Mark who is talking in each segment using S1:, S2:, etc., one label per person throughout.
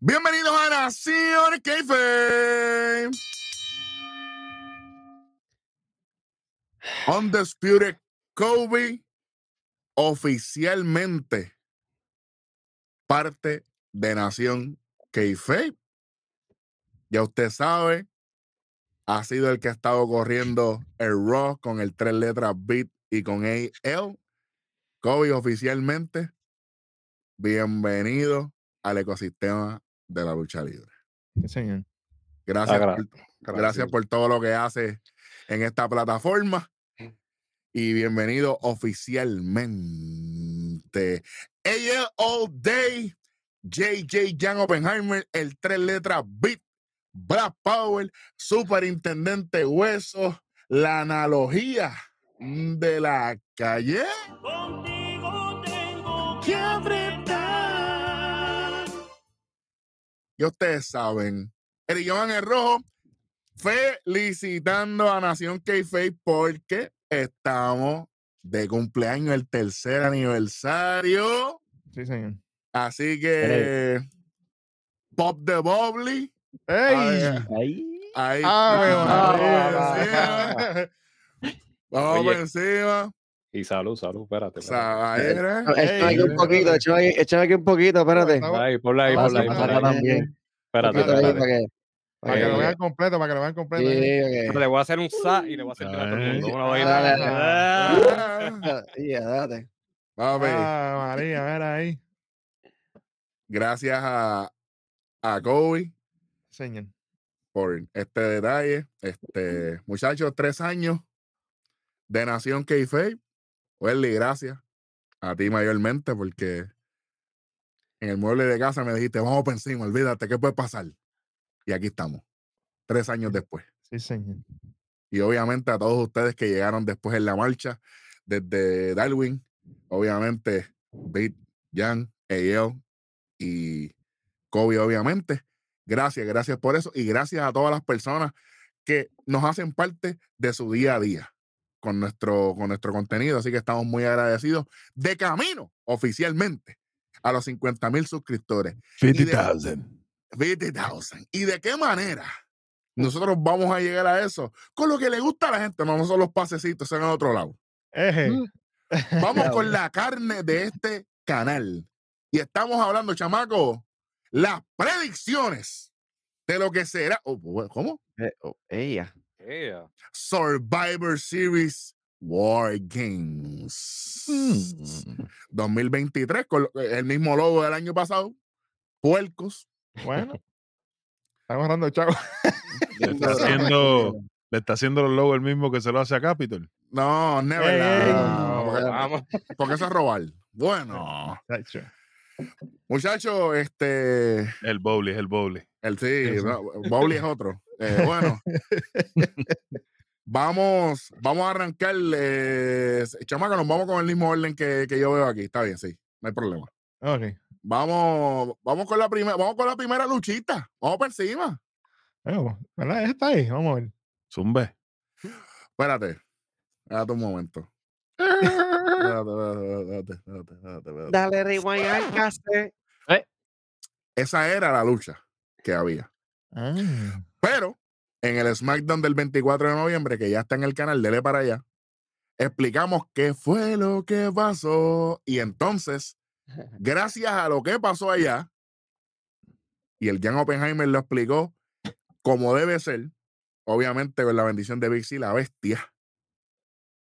S1: Bienvenidos a Nación Keife. Undisputed Kobe oficialmente parte de Nación Keife. Ya usted sabe, ha sido el que ha estado corriendo el Raw con el tres letras Beat y con AL. Kobe oficialmente, bienvenido al ecosistema de la lucha libre.
S2: Sí, señor.
S1: Gracias,
S3: Agra-
S1: por, gracias por todo lo que haces en esta plataforma. Y bienvenido oficialmente. AL All Day, JJ Jan Oppenheimer, el tres letras beat, Brad Powell, Superintendente Hueso, la analogía de la calle.
S4: Contigo tengo
S1: que apretar. Ya ustedes saben, el Iván el Rojo felicitando a Nación k porque estamos de cumpleaños, el tercer aniversario.
S2: Sí, señor.
S1: Así que, Pop de Bobly.
S2: ¡Ey!
S3: Ahí.
S1: eh. Ahí.
S2: Ave Ah,
S1: vamos por
S3: María.
S1: encima. Vamos por
S3: Oye.
S1: encima.
S3: Y salud, salud, espérate. espérate.
S1: Sabaera.
S5: No, Échame aquí
S2: Ey,
S5: un poquito, échame aquí, échame aquí un poquito, espérate.
S2: Estamos-
S3: Ponla ahí, ponla ahí,
S2: Vamos
S3: ponla ahí,
S2: a
S3: ponla ahí.
S2: parar.
S5: También,
S3: Espérate,
S5: poquito ahí
S3: espérate.
S5: para que-
S2: Ah, Para que lo
S3: Eh,
S2: vean ¿eh? completo, para que lo vean completo.
S5: sí, para que-
S3: Le voy a hacer un sa y le voy a hacer tirar a todo el mundo. Una vaina.
S5: Dale, dale,
S1: Ah,
S3: Ah.
S5: Sí, ya, date.
S1: papi.
S2: Ah, María, a ver ahí.
S1: gracias a, a Kobe
S2: Señor.
S1: por este detalle. Este, muchachos, tres años de Nación k Welly, gracias. A ti mayormente, porque en el mueble de casa me dijiste, vamos por encima, olvídate, ¿qué puede pasar? Y aquí estamos, tres años después.
S2: Sí, señor.
S1: Y obviamente a todos ustedes que llegaron después en la marcha, desde Darwin, obviamente, Bit, Jan, Eyeo y Kobe, obviamente. Gracias, gracias por eso. Y gracias a todas las personas que nos hacen parte de su día a día con nuestro, con nuestro contenido. Así que estamos muy agradecidos. De camino, oficialmente, a los 50 mil suscriptores.
S6: 50,000.
S1: 50,000. ¿Y de qué manera nosotros vamos a llegar a eso? Con lo que le gusta a la gente, no, no son los pasecitos, son en otro lado.
S2: Eje.
S5: Mm.
S1: Vamos con la carne de este canal. Y estamos hablando, chamaco, las predicciones de lo que será. oh, bu- ¿Cómo?
S5: Eh, oh, ella.
S3: Yeah.
S1: Survivor Series War Games 2023, con lo- el mismo logo del año pasado. Puercos.
S2: Bueno. Estamos hablando, chavo.
S6: Le está haciendo, le está haciendo los logos el mismo que se lo hace a Capitol.
S1: No, never.
S2: Ey, ey,
S1: no,
S5: no,
S1: porque-
S3: Vamos.
S1: Porque eso es robar. Bueno,
S2: Chacho.
S1: muchachos, este.
S6: El Bowley, es el Bowley.
S1: El sí,
S2: sí.
S1: no, Bowley es otro. Eh, bueno. vamos, vamos a arrancarle. Chamaca, nos vamos con el mismo orden que, que yo veo aquí. Está bien, sí. No hay problema.
S2: Ok. Eh,
S1: Vamos, vamos con la primera, vamos con la primera luchita. Vamos por encima.
S2: Bueno, ¿Verdad? Esa Está ahí. Vamos a ver.
S6: Zumbe.
S1: Espérate. Espérate un momento. Espérate, espérate, espérate, espérate, espérate, espérate.
S5: Dale rewind al cassette.
S1: Esa era la lucha que había.
S2: Ah.
S1: Pero en el SmackDown del 24 de noviembre, que ya está en el canal, dele para allá, explicamos qué fue lo que pasó. Y entonces, gracias a lo que pasó allá, y el Jan Oppenheimer lo explicó como debe ser, obviamente con la bendición de Bixi, la bestia,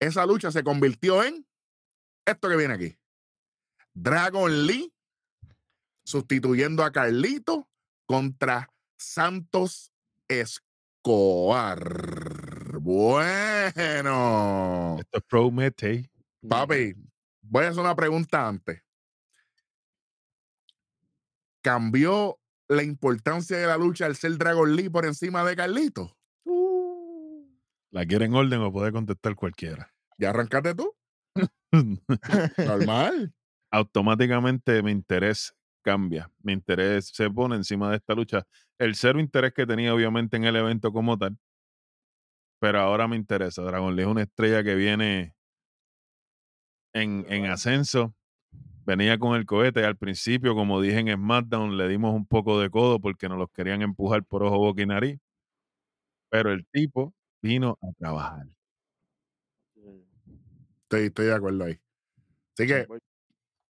S1: esa lucha se convirtió en esto que viene aquí. Dragon Lee sustituyendo a Carlito contra Santos Escobar. Bueno,
S6: Esto es Promete.
S1: papi, voy a hacer una pregunta antes. ¿Cambió la importancia de la lucha al ser Dragon Lee por encima de Carlito?
S6: La quiere en orden o puede contestar cualquiera.
S1: ¿Ya arrancaste tú? Normal.
S6: Automáticamente mi interés cambia. Mi interés se pone encima de esta lucha. El cero interés que tenía, obviamente, en el evento como tal. Pero ahora me interesa. Dragon Lee es una estrella que viene en, en ascenso. venía con el cohete. Al principio, como dije en SmackDown, le dimos un poco de codo porque nos los querían empujar por ojo, boca y nariz. Pero el tipo vino a trabajar.
S1: Estoy, estoy de acuerdo ahí. Así que,
S7: Pues,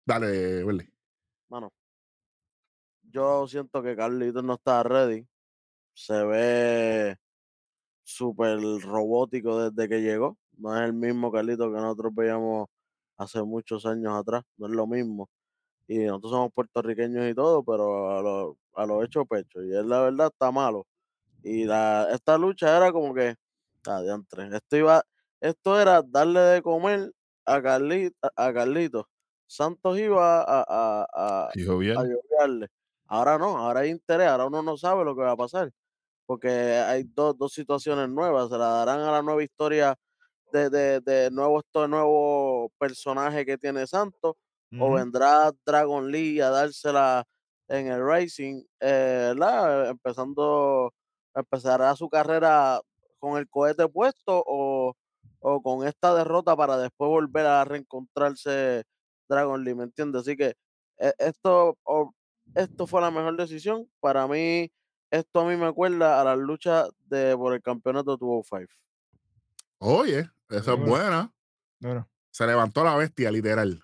S1: dale, Willy.
S7: Mano, yo siento que Carlitos no está ready. Se ve súper robótico desde que llegó. No es el mismo Carlitos que nosotros veíamos hace muchos años atrás. No es lo mismo. Y nosotros somos puertorriqueños y todo, pero a lo, a lo hecho pecho. Y él, la verdad, está malo. Y la, esta lucha era como que, adiantre. Esto, iba, esto era darle de comer a, Carli- a a Carlitos. Santos iba a, a- a-
S6: Dijo bien.
S7: a lloviarle. Ahora no, ahora hay interés, ahora uno no sabe lo que va a pasar. Porque hay dos, dos situaciones nuevas, se la darán a la nueva historia de, de, de nuevo, este nuevo personaje que tiene Santos,
S5: Oh,
S7: o vendrá Dragon Lee a dársela en el Racing, eh, ¿verdad? Empezando, empezará su carrera con el cohete puesto o, o con esta derrota para después volver a reencontrarse Dragon Lee, ¿me entiendes? Así que e- esto, o- esto fue la mejor decisión. Para mí, esto a mí me acuerda a la lucha de, por el campeonato 205.
S1: Oye, esa es
S2: Bueno.
S1: buena.
S2: Duro.
S1: Se levantó la bestia, literal.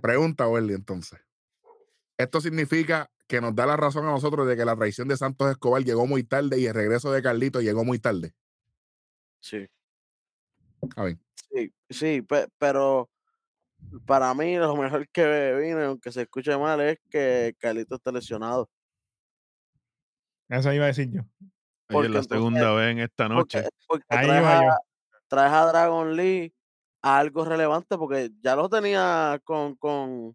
S1: Pregunta, Welly, entonces. Esto significa que nos da la razón a nosotros de que la traición de Santos Escobar llegó muy tarde y el regreso de Carlito llegó muy tarde.
S7: Sí.
S1: A ver.
S7: Sí, sí, pe- pero para mí lo mejor que vino, y aunque se escuche mal, es que Carlito está lesionado.
S2: Eso iba a decir yo.
S6: Oye,
S7: porque
S6: la
S7: entonces-
S6: segunda vez en esta
S7: Porque,
S6: noche.
S7: porque
S2: Ahí
S7: traes,
S2: iba yo.
S7: a, traes a Dragon Lee a algo relevante, porque ya lo tenía con, con,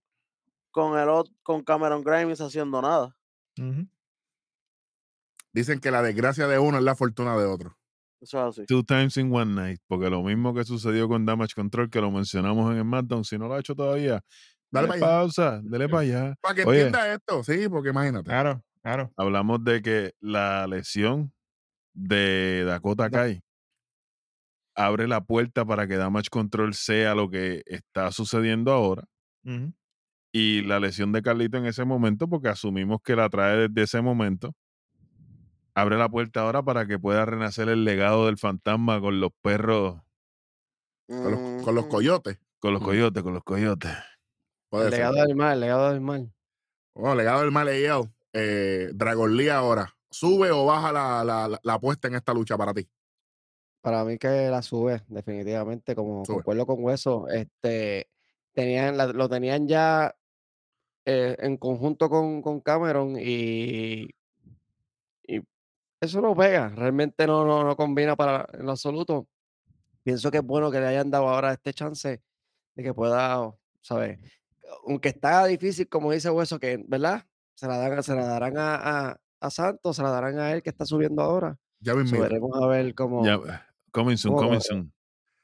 S7: con, el, ot- con Cameron Grimes haciendo nada.
S2: Ujú.
S1: Dicen que la desgracia de uno es la fortuna de otro.
S7: Eso es así.
S6: Two times in one night. Porque lo mismo que sucedió con Damage Control, que lo mencionamos en el SmackDown, si no lo ha hecho todavía,
S1: Dale
S6: dale,
S1: para allá.
S6: pausa, dale para allá.
S1: Para que
S6: Oye.
S1: entienda esto, sí, porque imagínate.
S2: Claro, claro.
S6: Hablamos de que la lesión de Dakota
S2: Da-
S6: Kai abre la puerta para que Damage Control sea lo que está sucediendo ahora.
S2: Ujú.
S6: Y la lesión de Carlito en ese momento, porque asumimos que la trae desde ese momento, abre la puerta ahora para que pueda renacer el legado del fantasma con los perros,
S1: Con los, con
S5: Ah.
S1: los
S7: Ujú.
S1: coyotes.
S6: con los
S3: Mm.
S6: coyotes, con los coyotes.
S1: Puede
S5: El
S1: ser.
S5: legado del mal, el legado del mal.
S1: Bueno, legado del mal Eyao, eh, Dragon Lee ahora. ¿Sube o baja la, la- la- la apuesta en esta lucha para ti?
S5: Para mí que la sube, definitivamente, como
S1: Sube.
S5: concuerdo con Hueso, este, tenían, la- lo tenían ya eh, en conjunto con, con Cameron y, y eso no pega, realmente no, no, no combina para en lo absoluto. Pienso que es bueno que le hayan dado ahora este chance de que pueda, ¿sabes? Aunque está difícil, como dice Hueso, que, ¿verdad? Se la, dan, se la darán a, a, a Santos, se la darán a él que está subiendo ahora.
S1: Ya
S5: So,
S1: mismo.
S5: veremos a ver cómo...
S6: Ya, coming soon,
S5: ¿Cómo
S6: coming
S5: lo-
S6: soon.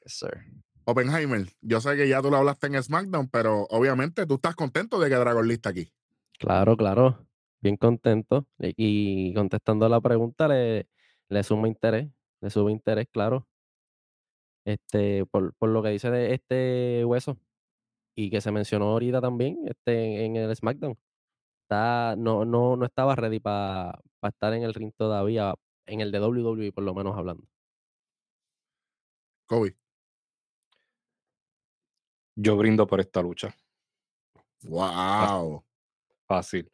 S5: Yes, sir.
S1: Oppenheimer, yo sé que ya tú lo hablaste en SmackDown, pero obviamente tú estás contento de que Dragon Lee está aquí.
S8: Claro, claro. Bien contento. le- Y contestando la pregunta, le, le suma interés. Le sube interés, claro. Este, por, por lo que dice de este hueso. Y que se mencionó ahorita también, este, en el SmackDown. Está, no, no, no estaba ready para estar en el ring todavía, en el de WWE por lo menos hablando.
S1: Kobe.
S3: Yo brindo por esta lucha.
S5: Ah.
S1: Wow.
S3: Fácil.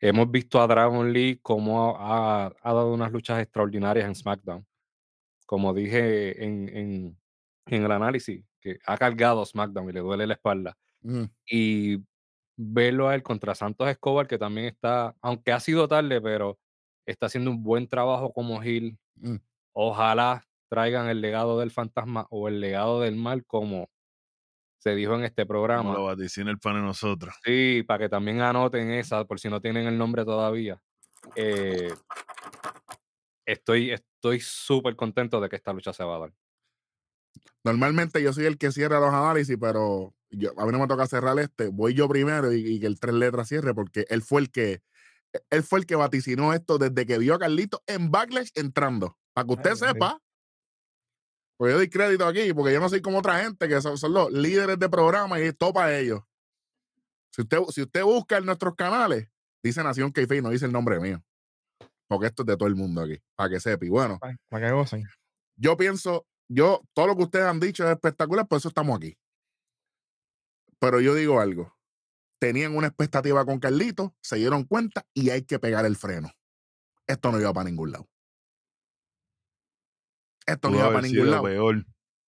S3: Hemos visto a Dragon Lee como ha, ha- ha dado unas luchas extraordinarias en SmackDown. Como dije en, en- en el análisis, que ha cargado SmackDown y le duele la espalda.
S1: Mm,
S3: y verlo a él contra Santos Escobar, que también está, aunque ha sido tarde, pero está haciendo un buen trabajo como Gil.
S1: Mm.
S3: Ojalá traigan el legado del fantasma o el legado del mal, como se dijo en este
S6: Como lo
S3: programa.
S6: vaticina el pan de nosotros.
S3: Sí, para que también anoten esa, por si no tienen el nombre todavía. Eh, estoy estoy súper contento de que esta lucha se va a dar.
S1: Normalmente yo soy el que cierra los análisis, pero yo- a mí no me toca cerrar este. Voy yo primero y, y que el tres letras cierre, porque él fue el que él fue el que vaticinó esto desde que vio a Carlito en Backlash entrando. Para que usted
S2: Ay, Dios mío.
S1: sepa, porque yo doy crédito aquí, porque yo no soy como otra gente que son, son los líderes de programa y es todo para ellos. Si usted, si usted busca en nuestros canales, dice Nación Keife y no dice el nombre mío. Porque esto es de todo el mundo aquí, para que sepa. Y bueno,
S2: Para que gocen.
S1: yo pienso, yo, todo lo que ustedes han dicho es espectacular, por eso estamos aquí. Pero yo digo algo. Tenían una expectativa con Carlito, se dieron cuenta y hay que pegar el freno. Esto no iba para ningún lado. Esto no
S6: Pudo
S1: iba
S6: haber
S1: para
S6: sido
S1: ningún lado.
S6: peor.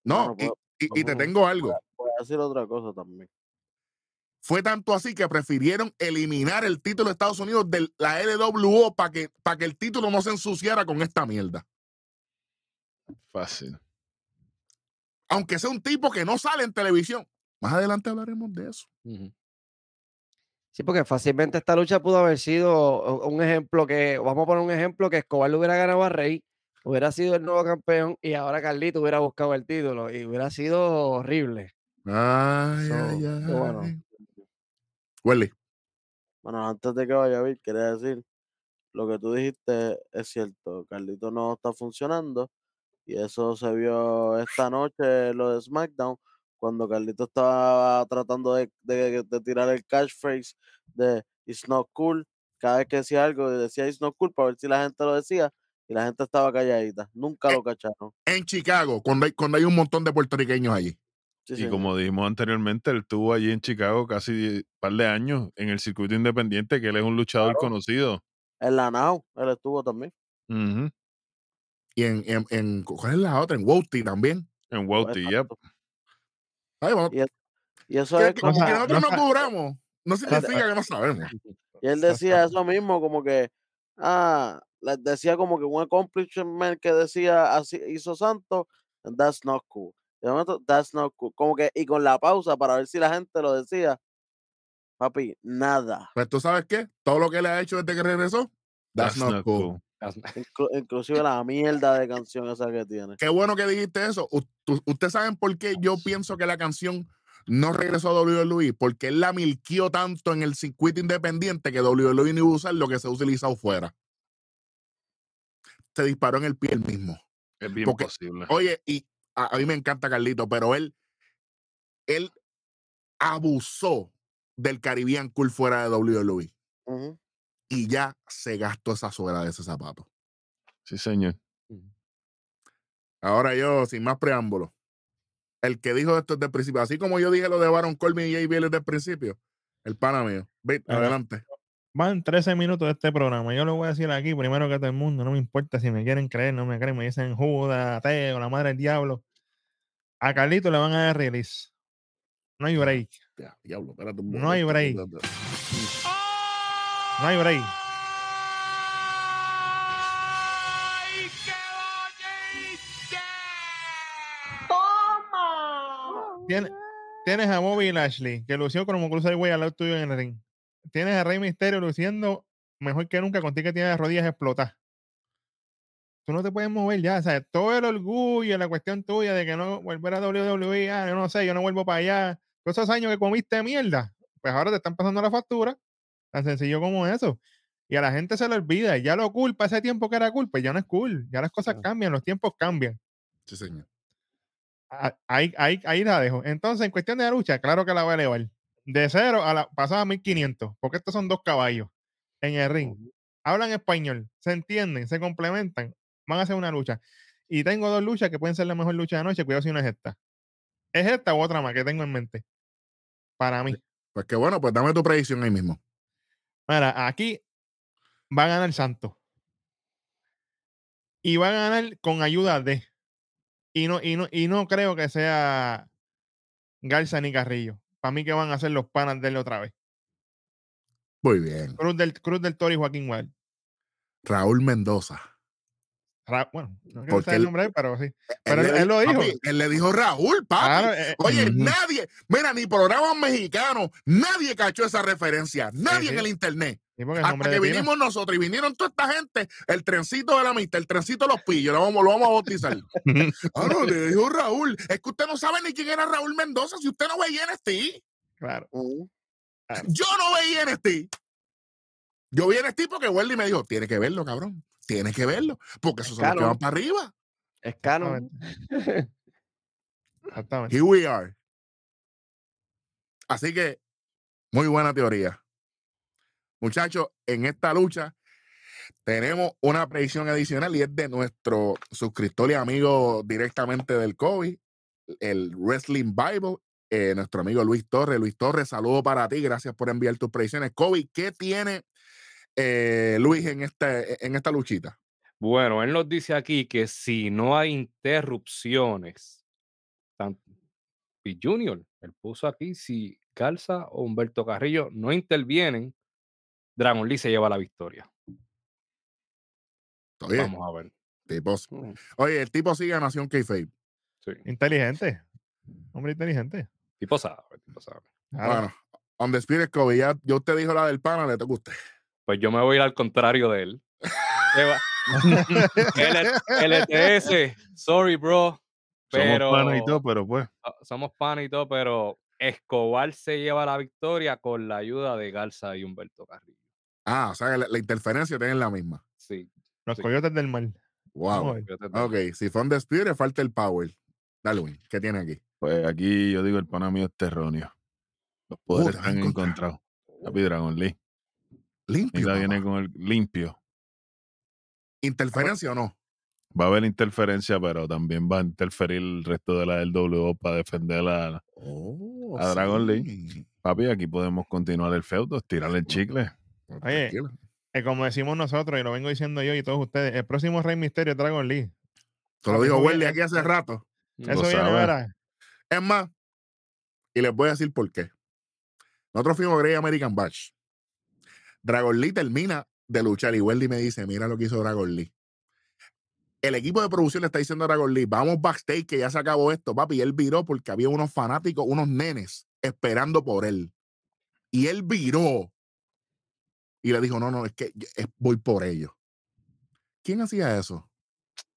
S1: No,
S7: No,
S1: y,
S7: puedo-
S1: y- y te
S7: no.
S1: tengo algo.
S7: Voy a decir otra cosa también.
S1: Fue tanto así que prefirieron eliminar el título de Estados Unidos de la LWO para que, pa' que el título no se ensuciara con esta mierda.
S6: Fácil.
S1: Aunque sea un tipo que no sale en televisión. Más adelante hablaremos de eso.
S3: Ujú.
S5: Sí, porque fácilmente esta lucha pudo haber sido u- un ejemplo que, vamos a poner un ejemplo que Escobar le hubiera ganado a Rey, hubiera sido el nuevo campeón y ahora Carlito hubiera buscado el título y hubiera sido horrible.
S1: Ay,
S5: So,
S1: ay, ay.
S5: qué bueno.
S1: Welly,
S7: Bueno, antes de que vaya a quería decir, lo que tú dijiste es cierto, Carlito no está funcionando y eso se vio esta noche en lo de SmackDown, cuando Carlito estaba tratando de, de- de tirar el catchphrase de It's not cool, cada vez que decía algo decía It's not cool para ver si la gente lo decía y la gente estaba calladita, nunca
S1: Eh,
S7: lo cacharon.
S1: en Chicago, cuando hay, cuando hay un montón de puertorriqueños allí.
S7: Sí,
S6: y
S7: señor.
S6: como dijimos anteriormente, él estuvo allí en Chicago casi un par de años en el circuito independiente, que él es un luchador conocido.
S7: En la NAO, él estuvo también.
S6: Ujú.
S1: Y en, en, en- ¿cuál es la otra? En Wouty también.
S6: En Wauti, Oh, yep.
S7: Exacto.
S1: Ay, bueno,
S7: Y Y eso
S1: que,
S7: es
S1: que-
S7: como...
S1: que
S2: Ajá,
S1: nosotros no
S2: ajá.
S1: cobramos. No significa que no sabemos.
S7: Y él decía eso mismo, como que, ah, la- decía como que un accomplishment que decía, así hizo Santos, and that's not cool. Y de momento, that's not cool. Como que, y con la pausa para ver si la gente lo decía, papi, nada.
S1: Pues tú sabes qué? Todo lo que le ha hecho desde que regresó, that's, not, cool.
S3: Las-
S7: Inclu- inclusive la mierda de canción esa que tiene.
S1: Qué bueno que dijiste eso. U- tú- Ustedes saben por qué yo pienso que la canción no regresó a WWE, porque él la milquió tanto en el circuito independiente que WWE no iba a usar lo que se ha utilizado fuera. Se disparó en el pie él mismo.
S6: Es bien
S1: Porque-
S6: posible.
S1: Oye, y a, a mí me encanta Carlito, pero él, él abusó del Caribbean Cool fuera de WWE
S7: Ujú.
S1: y ya se gastó esa suela de ese zapato.
S6: Sí, señor.
S1: Ahora yo, sin más preámbulo, el que dijo esto desde el principio, así como yo dije lo de Baron Corbin y JBL desde el principio, el pana mío. Vic,
S2: Ajá.
S1: adelante.
S2: Van 13 minutos de este programa. Yo lo voy a decir aquí primero que todo el mundo. No me importa si me quieren creer, no me creen. Me dicen Judas, ateo, la madre del diablo. A Carlito le van a dar release. No hay break.
S1: Ya, diablo, espérate un
S2: No hay break.
S1: momento.
S2: No hay break.
S4: ¡Ay, qué bonito! ¡Toma!
S2: Tiene- tienes a Bobby Lashley, que lució como Cruiserweight al lado tuyo en el ring. Tienes a Rey Misterio luciendo mejor que nunca, contigo que tienes las rodillas explotadas. Tú no te puedes mover ya, o sea, todo el orgullo, la cuestión tuya de que no volver a WWE, ah, yo no sé, yo no vuelvo para allá. Todos esos años que comiste mierda, pues ahora te están pasando la factura, tan sencillo como eso. Y a la gente se le olvida, ya lo culpa, ese tiempo que era culpa, ya no es cool, ya las cosas
S3: Claro.
S2: cambian, los tiempos cambian.
S1: Sí, señor.
S2: Ah, Ahí, ahí, ahí la dejo. Entonces, en cuestión de la lucha, claro que la voy a elevar. De cero a la pasada a 1500, porque estos son dos caballos en el ring. Hablan español, se entienden, se complementan, van a hacer una lucha. Y tengo dos luchas que pueden ser la mejor lucha de la noche. Cuidado si no es esta. Es esta u otra más que tengo en mente. Para mí.
S1: Pues que bueno, pues dame tu predicción ahí mismo.
S2: Mira, aquí va a ganar Santos. Y va a ganar con ayuda de. Y no, y no, y no creo que sea Garza ni Carrillo. Para mí que van a ser los panas de él otra vez.
S1: Muy bien.
S2: Cruz del, Cruz del Toro y Joaquín Wild.
S1: Raúl Mendoza.
S2: Ra- Bueno, no quiero
S1: Porque
S2: usar el
S1: él-
S2: nombre de él, pero sí.
S1: Él
S2: Pero
S1: le
S2: él-
S1: di-
S2: él lo dijo.
S1: papi, él le dijo Raúl, papi.
S2: Claro, eh,
S1: Oye,
S6: Ujú.
S1: nadie, mira, ni programas mexicanos, nadie cachó esa referencia, nadie en
S2: sí.
S1: el internet.
S2: sí, porque el
S1: Hasta
S2: nombre
S1: que
S2: de pila.
S1: vinimos nosotros y vinieron toda esta gente, el trencito de la amistad, el trencito de los pillos, lo vamos, lo vamos a bautizar. Ah, no, le dijo Raúl. Es que usted no sabe ni quién era Raúl Mendoza si usted no veía NST.
S2: Claro.
S7: Ujú.
S1: Yo no veía NST. Yo vi NST porque Welly me dijo, tiene que verlo, cabrón. Tienes que verlo, porque esos son los que
S5: Claro.
S1: van para arriba.
S5: Es
S1: Ah,
S5: canon.
S2: Exactamente. Exactamente.
S1: Here we are. Así que Muy buena teoría. Muchachos, en esta lucha tenemos una predicción adicional y es de nuestro suscriptor y amigo directamente del COVID, el Wrestling Bible, eh, nuestro amigo Luis Torres. Luis Torres, saludo para ti, gracias por enviar tus predicciones. COVID, ¿qué tiene eh, Luis en, este, en esta luchita?
S3: Bueno, él nos dice aquí que si no hay interrupciones, tan- y Junior, él puso aquí, si Calza o Humberto Carrillo no intervienen, Dragon Lee se lleva la victoria.
S1: Está bien,
S3: Vamos a ver.
S1: tipos.
S5: Mm.
S1: Oye, el tipo sigue a Nación K-Fabe.
S3: Sí.
S2: Inteligente. Hombre inteligente.
S3: Tipo sabe, tipo sabe.
S2: Claro.
S1: Bueno, on the spirit, COVID, ya, yo usted dijo la del pana, le toca a usted.
S3: Pues yo me voy a ir al contrario de él. Eva- L- LTS, sorry, bro. Pero
S6: Somos panas y todo, pero pues.
S3: ah, somos pana y todo, pero Escobar se lleva la victoria con la ayuda de Garza y Humberto Carrillo.
S1: Ah, o sea, que la, la interferencia tiene la misma.
S3: Sí.
S2: Los
S3: Sí.
S2: coyotes del mal.
S1: Wow.
S2: Ay,
S3: yo te-
S1: Ok, si fue on the spirit, falta el power. Darwin, ¿qué tiene aquí?
S6: Pues aquí yo digo, el pana mío es terróneo. Los poderes
S1: te vas a
S6: están
S1: encontrar.
S6: encontrados. Papi Dragon Lee.
S1: Limpio.
S6: Nita viene
S1: papá.
S6: con el limpio.
S1: ¿Interferencia o no?
S6: Va a haber interferencia, pero también va a interferir el resto de la del W para defender la.
S1: Oh,
S6: A Dragon Lee.
S1: sí.
S6: Papi, aquí podemos continuar el feudo, estirar el chicle.
S1: No, Pues,
S2: Oye,
S1: tranquilo.
S2: Eh, como decimos nosotros, y lo vengo diciendo yo y todos ustedes, el próximo Rey Misterio es Dragon Lee.
S1: Te lo
S2: papi,
S1: dijo
S2: tú
S1: Welly
S2: vienes-
S1: aquí hace rato.
S3: Lo
S2: Eso viene
S6: sabes.
S2: ahora.
S1: Es más, y les voy a decir por qué. Nosotros fuimos Grey American Batch. Dragon Lee termina de luchar y Welly me dice, mira lo que hizo Dragon Lee. El equipo de producción le está diciendo a Dragon Lee, vamos backstage que ya se acabó esto, papi. Y él viró porque había unos fanáticos, unos nenes esperando por él. Y él viró. Y le dijo, no, no, es que yo- es- voy por ellos. ¿Quién hacía eso?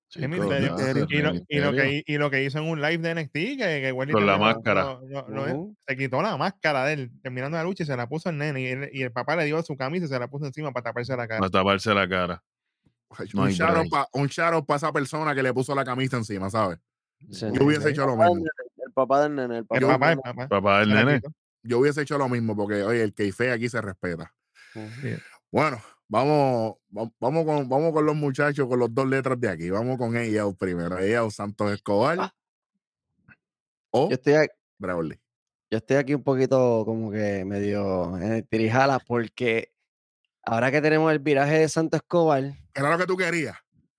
S2: Es
S6: Chico,
S2: Misterio.
S6: nada, el
S2: Y lo, y lo
S6: Misterio.
S2: que, hi- y lo que hizo en un live de NXT, que, que Welly
S6: Con la
S2: también lo-
S6: máscara. Uh-huh.
S2: lo- lo- lo-
S5: Ujú.
S2: se quitó la máscara de él, terminando la lucha y se la puso el nene. Y el, y el papá le dio su camisa y se la puso encima para taparse la cara.
S6: Para taparse la cara. No
S1: un
S6: hay
S1: charo
S6: break.
S1: para esa persona que le puso la camisa encima, ¿sabes?
S5: Sí.
S1: Yo hubiese hecho lo
S7: papá del
S1: mismo.
S7: nene, el papá del nene, el papá
S2: El
S1: yo-
S7: del
S2: papá, el
S7: nene.
S2: papá.
S6: Papá del
S2: se la
S6: nene.
S2: quitó.
S1: Yo hubiese hecho lo mismo porque, oye, el keife aquí se respeta.
S2: Sí.
S1: Bueno, vamos, va- vamos, con, vamos con los muchachos con los dos letras de aquí. Vamos con ella primero. Ella Santos Escobar o
S5: Ah. Yo estoy, a-
S1: Dragon Lee.
S5: yo estoy aquí un poquito como que medio en el tirijala porque ahora que tenemos el viraje de Santo Escobar,
S1: Era lo que tú querías.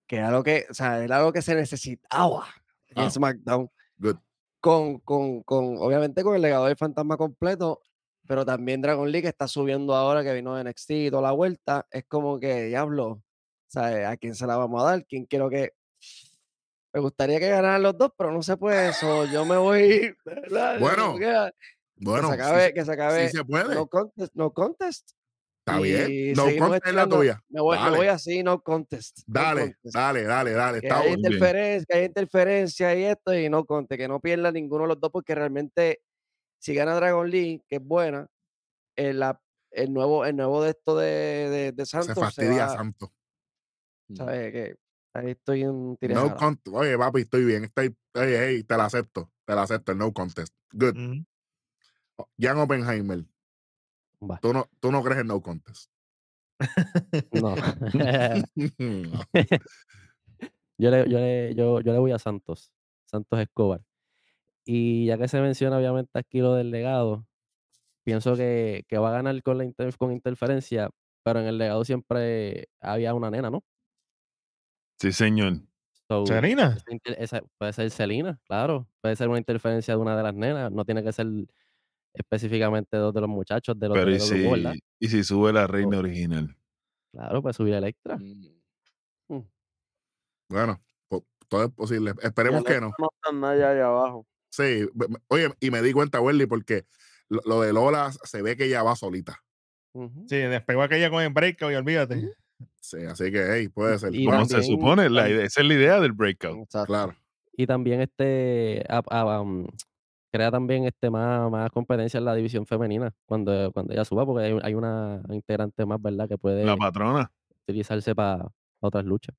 S5: que era lo que, o sea, era lo que se necesitaba
S1: Ah,
S5: en SmackDown.
S1: good.
S5: Con, con, con, obviamente con el legado del fantasma completo, pero también Dragon Lee que está subiendo ahora, que vino de NXT y toda la vuelta. Es como que, diablo, ¿sabes? ¿A quién se la vamos a dar? ¿Quién quiero que.? Me gustaría que ganaran los dos, pero no se puede eso. Yo me voy. ¿verdad? Como
S1: Bueno,
S5: que, ah, que
S1: Bueno,
S5: se
S1: sí
S5: acabe,
S1: se-
S5: que se
S1: sí
S5: acabe.
S1: se puede.
S5: No contest, no contest.
S1: Está
S5: y
S1: bien. No
S5: seguimos
S1: contest es la
S5: estirando.
S1: tuya.
S5: Me voy, me
S1: Dale.
S5: voy así, no contest. no
S1: Dale,
S5: contest
S1: dale, dale, dale.
S5: que
S1: Está
S5: haya
S1: bueno.
S6: bien.
S5: interferencia, que haya interferencia y esto, y no conte, que no pierda ninguno de los dos, porque realmente, si gana Dragon Lee, que es buena, el, la, el, nuevo, el nuevo de esto de, de, de
S1: Se
S5: Santos se,
S1: fastidia
S5: va,
S1: Santos.
S3: mm,
S5: ¿sabes? Que ahí estoy en
S1: No
S5: tirejala.
S1: contest. Oye, papi, estoy bien. Estoy, oye, hey, te la acepto. Te la acepto. El no contest. Good.
S2: Ujú.
S5: Mm.
S1: Jan Oppenheimer.
S8: Va.
S1: Tú no, tú no crees en no contest.
S8: No.
S1: No.
S8: Yo le, yo, le, yo, yo le voy a Santos, Santos Escobar. Y ya que se menciona obviamente aquí lo del legado, pienso que, que va a ganar con, la inter- con interferencia, pero en el legado siempre había una nena, ¿no?
S6: Sí, señor. Uh.
S8: So,
S2: Serena.
S8: esa inter- esa- puede ser Celina, claro. Puede ser una interferencia de una de las nenas. No tiene que ser específicamente dos de los muchachos de los
S6: Pero
S8: de
S6: y
S8: los grupos, ¿verdad? Oh.
S6: si, y si sube la reina original.
S8: Claro, puede subir a Electra.
S3: mm,
S1: Bueno, po- todo es posible. Esperemos
S7: Ya
S1: que no.
S7: No está nadie ahí abajo.
S1: Sí, me- me- oye, y me di cuenta, Welly, porque lo, lo de Lola se ve que ella va solita.
S5: Ujú.
S2: Sí, despegó aquella con el breakout y olvídate.
S6: Uh-huh.
S1: Sí, así que, hey, puede ser.
S8: Y
S1: Bueno,
S6: Como se
S8: también-
S6: supone, la
S8: tam-
S6: idea- esa es la idea del breakout.
S5: Exacto.
S1: claro.
S8: Y también este a- a- am, crea también este más, más competencia en la división femenina cuando, cuando ella suba, porque hay, hay una integrante más, ¿verdad? Que puede
S6: La patrona.
S8: utilizarse para otras luchas.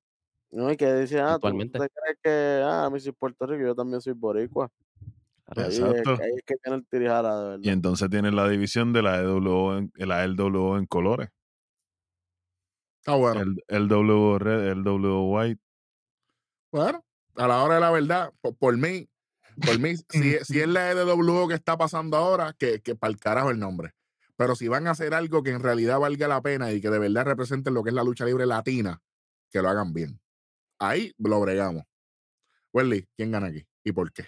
S7: No, y que dice, ah, tú, tú
S8: Actualmente.
S7: te crees que, ah, a mí soy Puerto Rico, yo también soy boricua.
S8: Claro.
S7: Ahí,
S6: Exacto.
S7: es, ahí es que tiene el tirijala, de
S6: Y
S7: verdad.
S6: entonces tienes la división de la EWO en, la LWO en colores.
S1: Está bueno.
S6: El, el W red, el W white.
S1: Bueno, a la hora de la verdad, po- por, mí, por mí, si, si es la EDW que está pasando ahora, que, que para el carajo el nombre. Pero si van a hacer algo que en realidad valga la pena y que de verdad representen lo que es la lucha libre latina, que lo hagan bien. Ahí lo bregamos. Welly, ¿quién gana aquí? ¿Y por qué?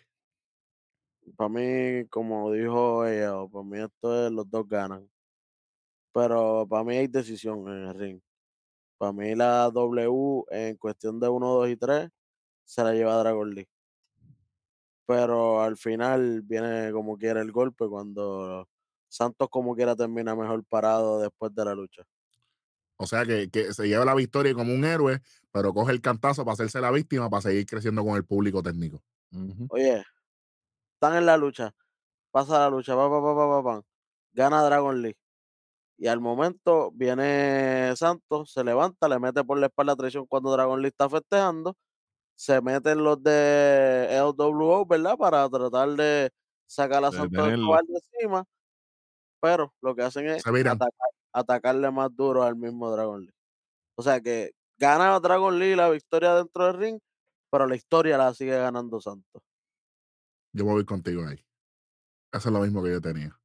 S7: Para mí, como dijo ella, o para mí esto es los dos ganan. Pero para mí hay decisión en el ring. Para mí la W en cuestión de 1, 2 y 3 se la lleva Dragon Lee. Pero al final viene como quiera el golpe cuando Santos como quiera termina mejor parado después de la lucha.
S1: O sea, que, que se lleva la victoria como un héroe, pero coge el cantazo para hacerse la víctima, para seguir creciendo con el público técnico.
S7: Oye, están en la lucha. Pasa la lucha, pa, pa, pa, pa, pa, pam. Gana Dragon Lee. Y al momento viene Santos, se levanta, le mete por la espalda traición cuando Dragon Lee está festejando. Se meten los de LWO, ¿verdad? Para tratar de sacar a Santos
S6: Detenerlo.
S7: Escobar de encima. Pero lo que hacen es
S1: Se miran.
S7: atacar- atacarle más duro al mismo Dragon Lee. O sea que gana Dragon Lee la victoria dentro del ring, pero la historia la sigue ganando Santos.
S1: Yo me voy contigo ahí. Eso es lo mismo que yo tenía.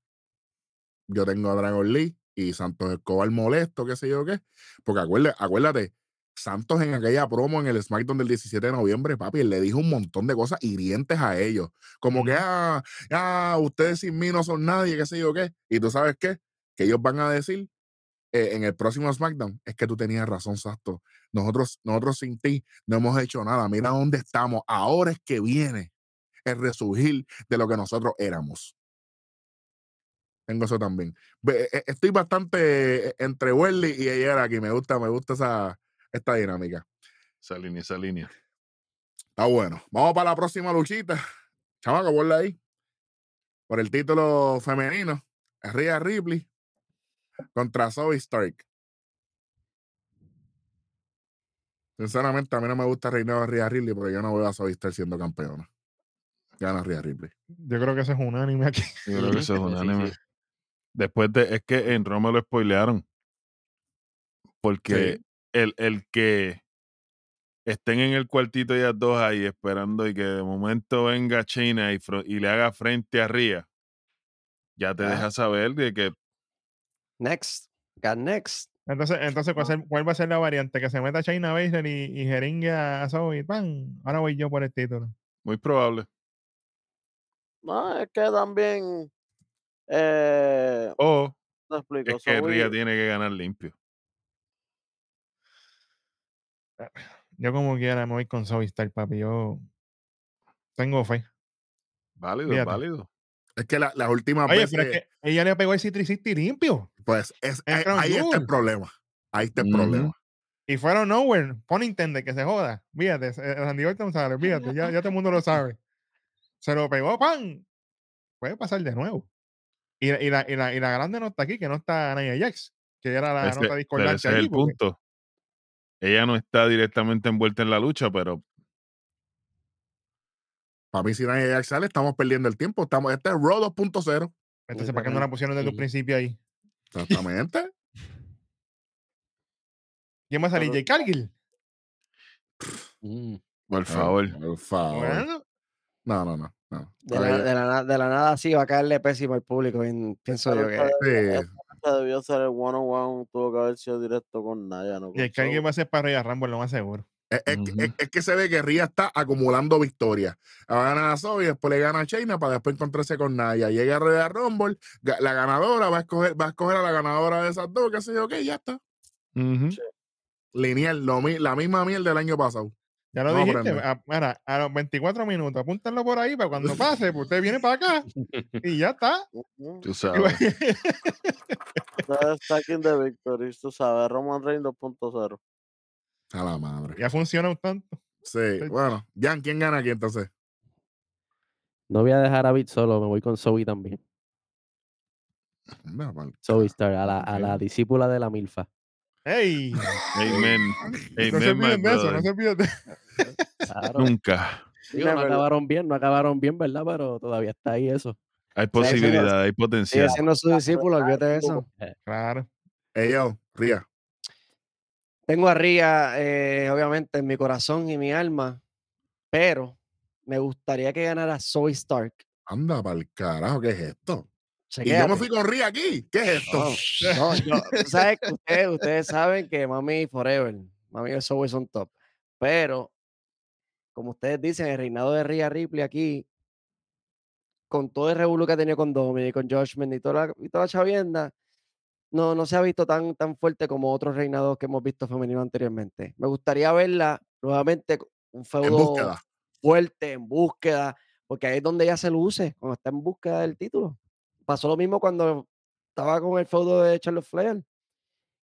S1: Yo tengo a Dragon Lee y Santos Escobar molesto, qué sé yo qué. Porque acuérdate, acuérdate, Santos en aquella promo en el SmackDown del 17 de noviembre, papi, él le dijo un montón de cosas hirientes a ellos. Como que, ah, ah, ustedes sin mí no son nadie, qué sé yo qué. Y tú sabes qué, que ellos van a decir eh, en el próximo SmackDown, es que tú tenías razón, Santos. Nosotros, nosotros sin ti no hemos hecho nada. Mira dónde estamos. Ahora es que viene el resurgir de lo que nosotros éramos. Tengo eso también. Ve- e- Estoy bastante eh, entre Welly y ella era aquí. Me gusta, me gusta esa, esta dinámica.
S6: Esa línea, esa línea.
S1: Está bueno. Vamos para la próxima luchita. Chamaco, ponla ahí. Por el título femenino. Rhea Ripley contra Zoe Stark. Sinceramente, a mí no me gusta el reinado de Rhea Ripley, pero yo no veo a Zoe Stark siendo campeona. Gana Rhea Ripley.
S2: Yo creo que eso es unánime aquí.
S6: Yo creo que eso es
S3: Sí, sí,
S6: unánime. Después de, es que en Roma lo spoilearon. Porque el, el que estén en el cuartito ellas dos ahí esperando y que de momento venga China y, fro- y le haga frente a Ría, ya te
S5: Ah.
S6: deja saber de que
S5: Next. Got next.
S2: Entonces, entonces ¿cuál, ser- cuál va a ser la variante? Que se meta China Baszler y, y jeringue a Zoe. ¡Pam! Ahora voy yo por el título.
S6: muy probable.
S7: No, es que también. Eh,
S6: O
S7: te explico.
S6: es que
S7: Zoe-
S6: Ría tiene que ganar limpio.
S2: Yo como quiera me voy con Zoe Stark, papi. Yo tengo fe.
S6: Válido,
S2: Fíjate.
S6: válido.
S1: Es que la- las
S6: Ah,
S1: últimas
S2: Oye,
S6: pues
S1: veces.
S2: pero es que ella le pegó el C360 limpio.
S1: Pues es,
S2: En
S1: ahí,
S2: Crown
S1: ahí está el
S2: Jewel.
S1: problema. Ahí está el
S6: Ujú.
S1: problema.
S2: Y fueron nowhere. Pon intende que se joda. Fíjate, eh, Randy Orton sabe, fíjate, ya, ya todo el mundo lo sabe. Se lo pegó, ¡pam! Puede pasar de nuevo. Y, la- y la, y, la, y la grande no está aquí, que no está Naya Jax, que era la
S6: Ese-
S2: nota
S6: pero
S2: discordante
S6: ese es
S2: ahí,
S6: el
S2: porque-
S6: punto. Ella no está directamente envuelta en la lucha, pero
S1: Para mí, si nadie Jack sale, estamos perdiendo el tiempo. Estamos, este es Raw 2.0.
S2: Entonces, ¿para qué no la
S5: Literal.
S2: pusieron desde un
S5: Ujú.
S2: principio ahí?
S1: Exactamente.
S2: ¿Quién va a salir?
S7: Pero-
S2: ¿Jay Cargill?
S3: Mm.
S6: por favor.
S1: Eh, Por favor.
S2: Bueno,
S1: No, no, no. no.
S5: De
S1: Para
S5: la,
S1: yo-
S5: de, la, na- de la nada así va a caerle pésimo al público, bien- pienso yo
S7: Pero
S5: que.
S1: Sí,
S7: esta debió ser el one on one, tuvo que haber sido directo con Naya, no con
S2: Jay Cargill
S7: Zoe.
S2: va a ser para Royal Rumble, lo más seguro.
S1: es, es que-
S3: Ujú.
S1: es- es que se ve que Ria está acumulando victorias. Ahora gana a Zoe, después le gana a Shayna para después encontrarse con Naya. Llega a Royal Rumble, ga- la ganadora va a escoger, va a escoger a la ganadora de esas dos, qué sé yo, qué, ya está.
S6: Ujú.
S1: Lineal, lo mi- la misma mierda del año pasado.
S2: Ya lo
S1: No
S2: dijiste.
S1: aprende.
S2: A, mira, a los 24 minutos, apúntalo por ahí para cuando pase, pues usted viene para acá y ya está. pues,
S7: Ujú.
S6: Tú sabes.
S7: Ustedes Stacking de Victories, tú sabes, Roman Reigns 2.0.
S1: A la madre.
S2: Ya funciona un tanto.
S1: Sí, bueno. Jan, ¿quién gana aquí entonces?
S8: No voy a dejar a Bit solo, me voy con Zoe también.
S1: Anda, pa'l
S6: Ah,
S8: Zoe Star, a la, a la
S1: Ok.
S8: discípula de la Milfa.
S2: ¡Ey!
S6: Amen.
S2: No se
S6: Amen, my
S2: olviden de eso,
S6: brother.
S2: no se olviden de
S8: Claro.
S6: Nunca.
S5: Digo, no
S7: Never.
S5: acabaron bien, no acabaron bien, ¿verdad? Pero todavía está ahí eso.
S6: Hay
S5: sí,
S6: posibilidad, hay
S7: Sigue
S6: potencial.
S7: siendo su discípulo, olvídate de eso.
S2: Claro.
S1: Ey, yo, Ría.
S5: Tengo a Ría, eh, obviamente, en mi corazón y mi alma, pero me gustaría que ganara Zoe Stark.
S1: Anda, pa'l carajo, ¿qué es esto? Y yo
S5: Chequéate.
S1: me fui con Ría aquí. ¿Qué es esto?
S5: Oh, No, yo- tú sabes que ustedes, ustedes saben que Mami Forever, Mami es Always on Top. Pero, como ustedes dicen, el reinado de Rhea Ripley aquí, con todo el revuelo que ha tenido con Dominic, con Josh y toda la, y toda la chavienda, no, no se ha visto tan, tan fuerte como otros reinados que hemos visto femenino anteriormente. Me gustaría verla nuevamente co- un
S1: en
S5: feudo
S1: búsqueda.
S5: fuerte, en búsqueda, porque ahí es donde ella se luce, cuando está en búsqueda del título. Pasó lo mismo cuando estaba con el feudo de Charles Flair,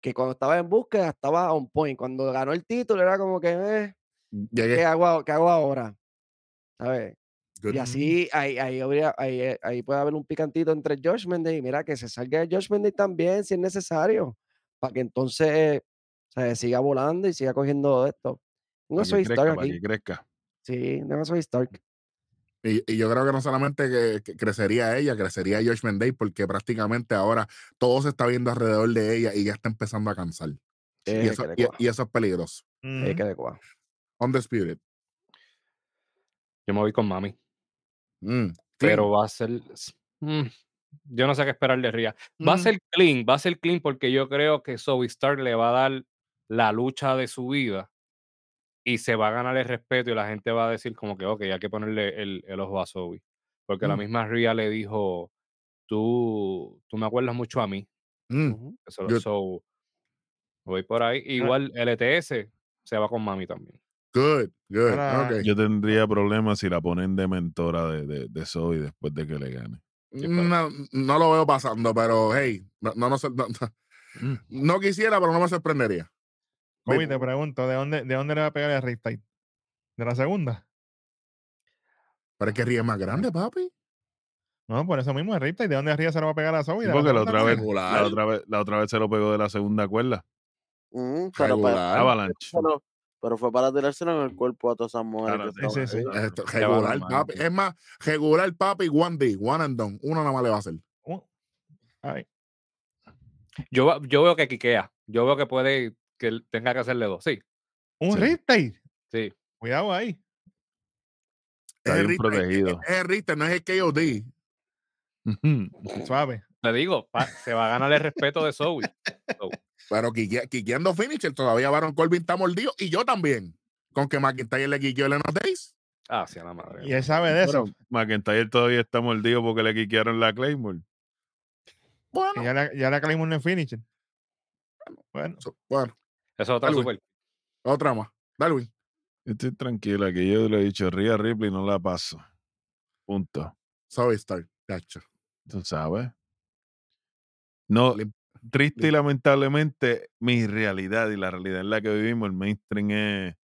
S5: que cuando estaba en búsqueda estaba on point. Cuando ganó el título era como que, eh, ¿qué,
S1: Llegué.
S5: hago, a- qué hago ahora? ¿Sabes?
S1: Good.
S5: Y así, ahí, ahí, habría- ahí, eh, ahí puede haber un picantito entre Josh Mendes y mira que se salga de Josh Mendes también si es necesario, para que entonces se siga volando y siga cogiendo de esto. No
S6: Para
S5: soy
S6: que crezca,
S5: Stark
S6: para
S5: aquí.
S6: que crezca.
S5: Sí, no soy Stark.
S1: Y, y yo creo que no solamente que, que crecería ella, crecería Josh Mendez, porque prácticamente ahora todo se está viendo alrededor de ella y ya está empezando a cansar. Y
S5: Eh,
S1: eso,
S5: que de
S1: y-
S5: cua,
S1: y eso es peligroso.
S5: eh,
S2: Ujú.
S5: que de cua.
S1: Undisputed.
S3: Yo me voy con mami.
S1: Mm.
S3: Pero va a ser. s- mm, yo no sé qué esperar de Ría. Va a
S2: Mm.
S3: ser clean, va a ser clean porque yo creo que Zoe Stark le va a dar la lucha de su vida y se va a ganar el respeto y la gente va a decir como que, ok, hay que ponerle el, el ojo a Zoe. Porque la
S1: Mm.
S3: misma Ría le dijo, tú, tú me acuerdas mucho a mí.
S1: Mm.
S5: Ujú.
S3: Eso,
S1: Good.
S3: so, voy por ahí. Igual LTS se va con mami también.
S1: Good, good.
S2: Ahora,
S1: ok.
S6: Yo tendría problemas si la ponen de mentora de, de, de Zoe después de que le gane.
S3: Sí, pero-
S1: Mm, No, no lo veo pasando, pero hey, no, no, no, sé- no- no-
S6: Mm.
S1: no quisiera, pero no me sorprendería.
S2: Kobe, te pregunto, ¿de dónde, ¿de dónde le va a pegar el riptide? ¿De la segunda?
S1: Pero es que Ría es más grande, papi.
S2: No, por eso mismo el riptide. ¿De dónde arriba se lo va a pegar a Zoe?
S6: Sí,
S2: ¿De
S6: porque la
S2: segunda?
S6: otra, vez,
S1: regular.
S6: la, otra vez, la otra vez se lo pegó de la segunda cuerda.
S7: Ujú, pero, pa-
S1: Regular.
S6: Avalanche.
S7: pero- pero fue para tirárselo en el cuerpo a todas esas mujeres.
S6: Claro,
S7: que
S6: sí,
S7: estaban
S2: sí,
S7: ahí.
S2: sí.
S1: Esto,
S6: Ya va
S1: regular,
S6: normal,
S1: papi.
S6: sí.
S1: Es más, regular, papi, one day, one and done. Uno nada más le va a hacer.
S2: Uh, ay,
S3: Yo, va- yo veo que quiquea. Yo veo que puede que él tenga que hacerle dos. Sí,
S2: ¿Un
S6: Sí.
S2: riptide?
S3: sí.
S2: Cuidado ahí.
S1: Es
S6: Está
S1: el
S6: bien
S1: Richter,
S6: protegido.
S1: es el Richter, no es el KOD.
S2: Suave.
S3: Te digo, pa- se va a ganar el respeto de Zoe.
S1: Pero quique- quiqueando finisher, todavía Baron Corbin está mordido y yo también. Con que McIntyre le quiqueó el Enos Days.
S3: Ah, sí, a la madre.
S2: Y él sabe de eso.
S6: Pero McIntyre todavía está mordido porque le quiquearon la Claymore.
S2: que
S1: Bueno,
S2: ya la, ya la calimos en el finisher. Bueno,
S1: so- bueno,
S3: Eso es otra
S1: Algo.
S3: super.
S1: otra más. Darwin.
S6: Estoy tranquila, que yo le he dicho, Ria Ripley no la paso. Punto.
S1: Sorry, Star. Gacho.
S6: Tú sabes. No,
S1: Lim-
S6: triste y
S1: lim-
S6: lamentablemente, mi realidad y la realidad en la que vivimos, el mainstream es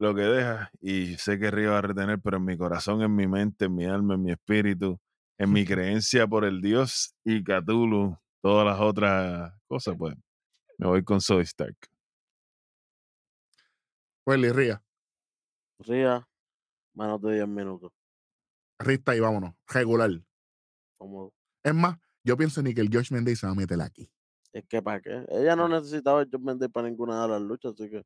S6: lo que deja. Y sé que Río va a retener, pero en mi corazón, en mi mente, en mi alma, en mi espíritu, en mi creencia por el Dios y Cthulhu, todas las otras cosas, pues me voy con Zoe Stark.
S1: Welly, Ría.
S7: Ría, menos de 10 minutos.
S1: Rista y vámonos. Regular.
S7: Como,
S1: Es más, yo pienso ni que el Josh Mendes se va a meter aquí.
S7: es que para qué. Ella no necesitaba yo vender para ninguna de las luchas, así que.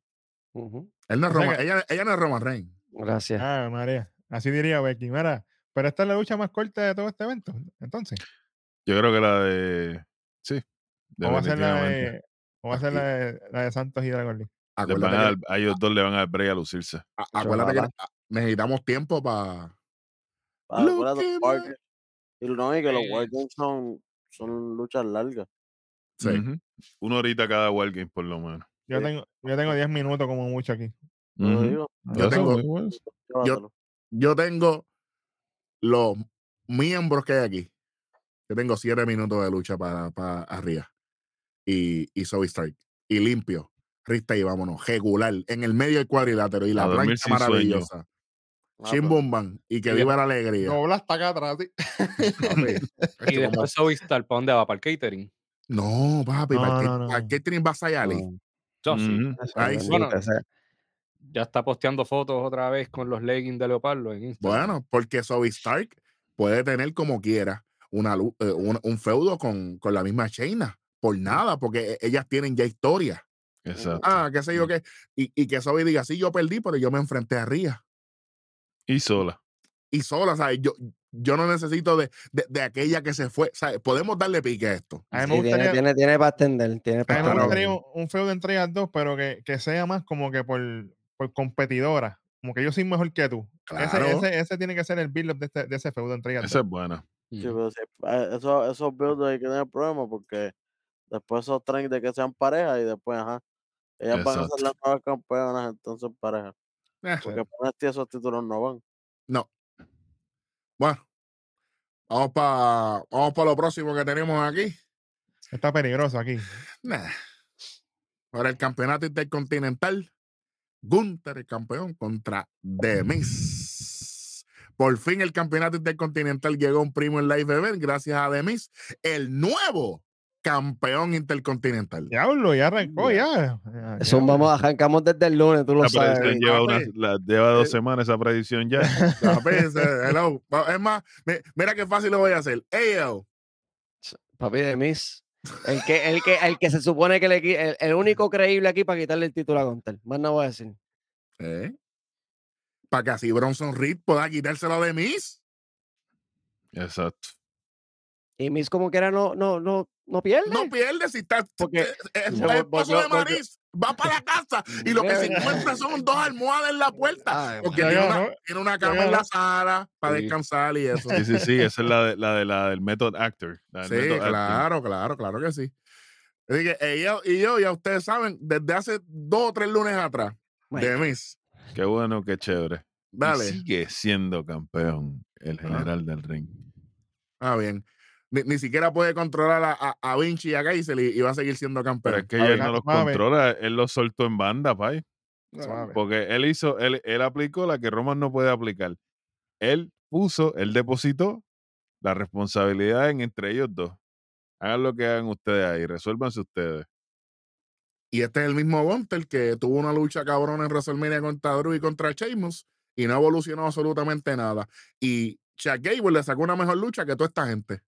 S5: Ujú.
S1: Él no es
S2: O sea
S1: Roman,
S2: que-
S1: ella, ella no es Roman Reigns.
S5: Gracias.
S2: ah, María. Así diría Becky. Mira, pero esta es la lucha más corta de todo este evento. Entonces,
S6: Yo creo que la de. Sí.
S2: o va a ser la
S6: definitivamente.
S2: de, o va a ser la de, la de Santos y Dragon Lee.
S6: Les van
S1: Acuérdate,
S6: a,
S1: que,
S6: dar- a ellos dos le van a dar break a lucirse.
S1: a- acuérdate que
S5: ojalá.
S1: a- necesitamos tiempo para.
S7: ah, fuera de
S1: Look
S7: War
S1: at
S7: Games. Y no, y que
S6: eh,
S7: los War
S3: Sí.
S7: Games son, son luchas largas.
S1: Sí.
S6: Ujú. Una horita cada Wargame, por lo menos.
S2: Yo
S7: Sí.
S2: tengo, yo tengo 10 minutos como mucho aquí.
S7: Te lo
S6: Ujú.
S7: digo.
S1: Yo
S6: Eso,
S1: tengo-
S6: muy bueno.
S7: llévatelo.
S1: Yo tengo los miembros que hay aquí. Yo tengo siete minutos de lucha para, para arriba. Y, y Zoe Stark. Y limpio. Rista y vámonos. Regular. En el medio del cuadrilátero. Y
S6: A
S1: la
S6: dormir
S1: plancha
S6: sin sueño.
S1: maravillosa.
S7: Ah,
S1: Chin
S7: pues,
S1: bum bam. Y que
S2: Y
S1: viva la alegría.
S2: Doblas hasta acá atrás. así.
S1: Papi,
S3: Y
S1: esto como-
S3: después Zoe Stark, ¿para dónde va? ¿Para el catering?
S1: No, papi.
S2: No,
S1: ¿Para qué-
S2: no, no.
S1: para qué tienes vas a ir?
S5: No,
S3: Yo sí.
S6: Ujú.
S5: eso,
S1: Ay, sí.
S5: bendito,
S3: Bueno.
S5: esa-
S3: ya está posteando fotos otra vez con los leggings de Leopardo en Instagram.
S1: Bueno, porque Zoe Stark puede tener como quiera una, lu- eh, un, un feudo con, con la misma Shayna.
S2: Mm.
S1: Por nada, porque e- ellas tienen ya historia.
S6: Exacto.
S1: Ah, qué sé
S2: Mm.
S1: yo qué. Y, y que Zoe diga, sí, yo perdí, pero yo me enfrenté a Ría.
S6: Y sola.
S1: Y sola, ¿sabes? Yo, yo no necesito de, de, de aquella que se fue. ¿sabes? Podemos darle pique a esto.
S2: A mí me
S5: Sí, tiene,
S2: gustaría-
S5: tiene, tiene para extender. Tiene
S2: A
S5: para
S2: mí me
S1: Claro.
S5: extender.
S2: gustaría un, un feudo entre ellas dos, pero que, que sea más como que por, por competidora. Como que yo soy mejor que tú. Ese-
S1: Claro.
S2: Ese, ese tiene que ser el build-up de, este- de ese feudo entre ellas
S6: Esa
S2: dos.
S6: es buena.
S7: Sí,
S3: Ujú.
S7: pero sí, eh, eso- esos builds hay que tener problemas porque después esos trenes de que sean pareja y después, ajá, ellas van a ser
S6: Exacto.
S7: las nuevas campeonas entonces pareja.
S1: Eh,
S7: Porque para ti esos títulos no van.
S1: bueno, vamos para vamos pa lo próximo que tenemos aquí.
S2: Está peligroso aquí.
S1: Nah. Para el campeonato intercontinental, Gunther, el campeón, contra The Miz. Por fin el campeonato intercontinental llegó a un primo en live event gracias a The Miz, el nuevo campeón intercontinental.
S2: Diablo, ya arrancó, ya. Ya,
S5: Eso
S2: diablo.
S5: vamos, arrancamos desde el lunes, tú lo
S6: La
S5: sabes.
S6: predicción lleva, una- la- lleva dos semanas esa predicción ya.
S1: La pizza, hello. Va- Es más, mi- mira qué fácil lo voy a hacer. Ayo,
S5: Papi de Miss. El que, el, que, el que se supone que le qui- el, el único creíble aquí para quitarle el título a Gontel. Más no voy a decir.
S1: ¿Eh? Para que así Bronson Reed pueda quitárselo a The Miz.
S6: Exacto.
S5: Y Miss como que era no, no, no, no pierde.
S1: No pierde si está.
S5: Porque
S1: eh, eh, el
S5: se
S1: vaso
S5: vol- volvió-
S1: de
S5: volvió-
S1: Maris va para la casa y lo que se
S5: Bebe.
S1: encuentra son dos almohadas en la puerta.
S6: Ah,
S5: Ay,
S1: Porque
S2: Ya
S1: tiene una,
S2: ganó.
S1: tiene una
S2: Ya
S1: cama en la
S2: ganó.
S1: sala para
S3: Sí.
S1: descansar y eso.
S6: Sí, sí, sí. Esa es la, de, la, de, la del Method Actor. la del
S1: Sí,
S6: method acting.
S1: claro, claro, claro que sí. Así que ella y yo, ya ustedes saben, desde hace dos o tres lunes atrás,
S5: my
S1: de
S5: God.
S1: Miss,
S6: Qué bueno, qué chévere. Y
S1: dale.
S6: sigue siendo campeón el general del ring.
S1: Ah, bien. Ni, ni siquiera puede controlar a, a- a Vinci y a Geisel y, y va a seguir siendo campeón.
S6: Pero es que
S2: a
S6: él
S2: ver,
S6: no los
S2: a ver.
S6: controla, él los soltó en banda, pay.
S2: Suave.
S6: Porque él hizo, él, él aplicó la que Roman no puede aplicar. Él puso, él depositó la responsabilidad en entre ellos dos. Hagan lo que hagan ustedes ahí, resuélvanse ustedes.
S1: Y este es el mismo Gunter que tuvo una lucha cabrona en WrestleMania contra Drew y contra Sheamus y no evolucionó absolutamente nada. Y Chuck Gable le sacó una mejor lucha que toda esta gente.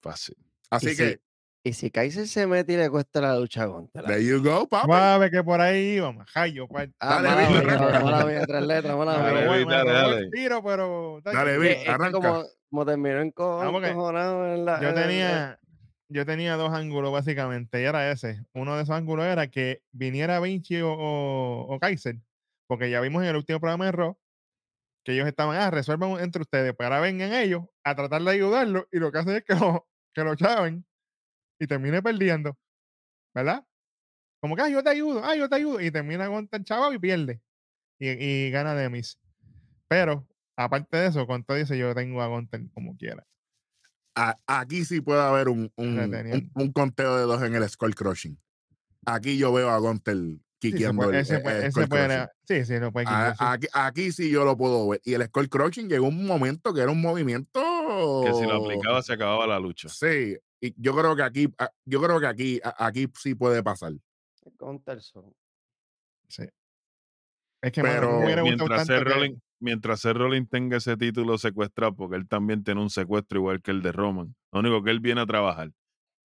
S6: Fácil.
S1: Así
S5: sí.
S1: que,
S5: Y si Kaiser se mete y le cuesta la lucha a Gontel.
S1: there you go, papá.
S2: Suave, que por ahí vamos. Jayo, cual-
S5: Ah,
S1: Dale,
S5: mala
S1: Vic,
S5: mía,
S1: arranca.
S5: mala mía, tres letras, mala
S2: me
S5: mía.
S6: Dale,
S2: robó-
S6: Vic,
S2: me
S6: dale,
S2: robó el
S6: dale.
S2: tiro, pero.
S1: Dale,
S5: Es
S1: Vic,
S5: que- es que
S1: arranca.
S5: como, como terminó en
S2: Ah, porque
S5: en la,
S2: Yo
S5: en- en-
S2: tenía, yo tenía dos ángulos básicamente, y era ese. Uno de esos ángulos era que viniera Vinci o, o, o Kaiser, porque ya vimos en el último programa de Raw que ellos estaban, ah, resuelvan entre ustedes, pues ahora vengan ellos a tratar de ayudarlo, y lo que hacen es que lo, que lo chaven y termine perdiendo, ¿verdad? Como que, ah, yo te ayudo, ah, yo te ayudo, y termina con el chavo y pierde, y, y gana Demis. Pero, aparte de eso, Conto dice, yo tengo a Gunter como quiera.
S1: A- aquí sí puede haber un, un- un,
S2: Reteniendo.
S1: un conteo de dos en el score crushing. Aquí yo veo a Gunter
S2: Sí, se
S1: quiqueando
S2: puede-
S1: el,
S2: ese
S1: el-
S2: puede-
S1: el Ah,
S2: ese
S1: skull
S2: puede-
S1: crushing.
S2: Sí, sí, lo puede
S1: A-
S2: quitar, sí.
S1: Aquí, aquí sí yo lo puedo ver. Y el score crushing llegó un momento que era un movimiento
S6: Que si lo
S2: Oh.
S6: aplicaba se acababa la lucha.
S1: Sí, y yo creo que aquí, a- yo creo que aquí, a- aquí sí puede pasar.
S5: Gunter son-
S2: Es que mano, a mí
S1: pero
S2: me hubiera gustado
S6: Mientras Seth,
S2: tanto que-
S6: Rollins, mientras Seth Rollins tenga ese título secuestrado, porque él también tiene un secuestro igual que el de Roman. Lo único que él viene a trabajar.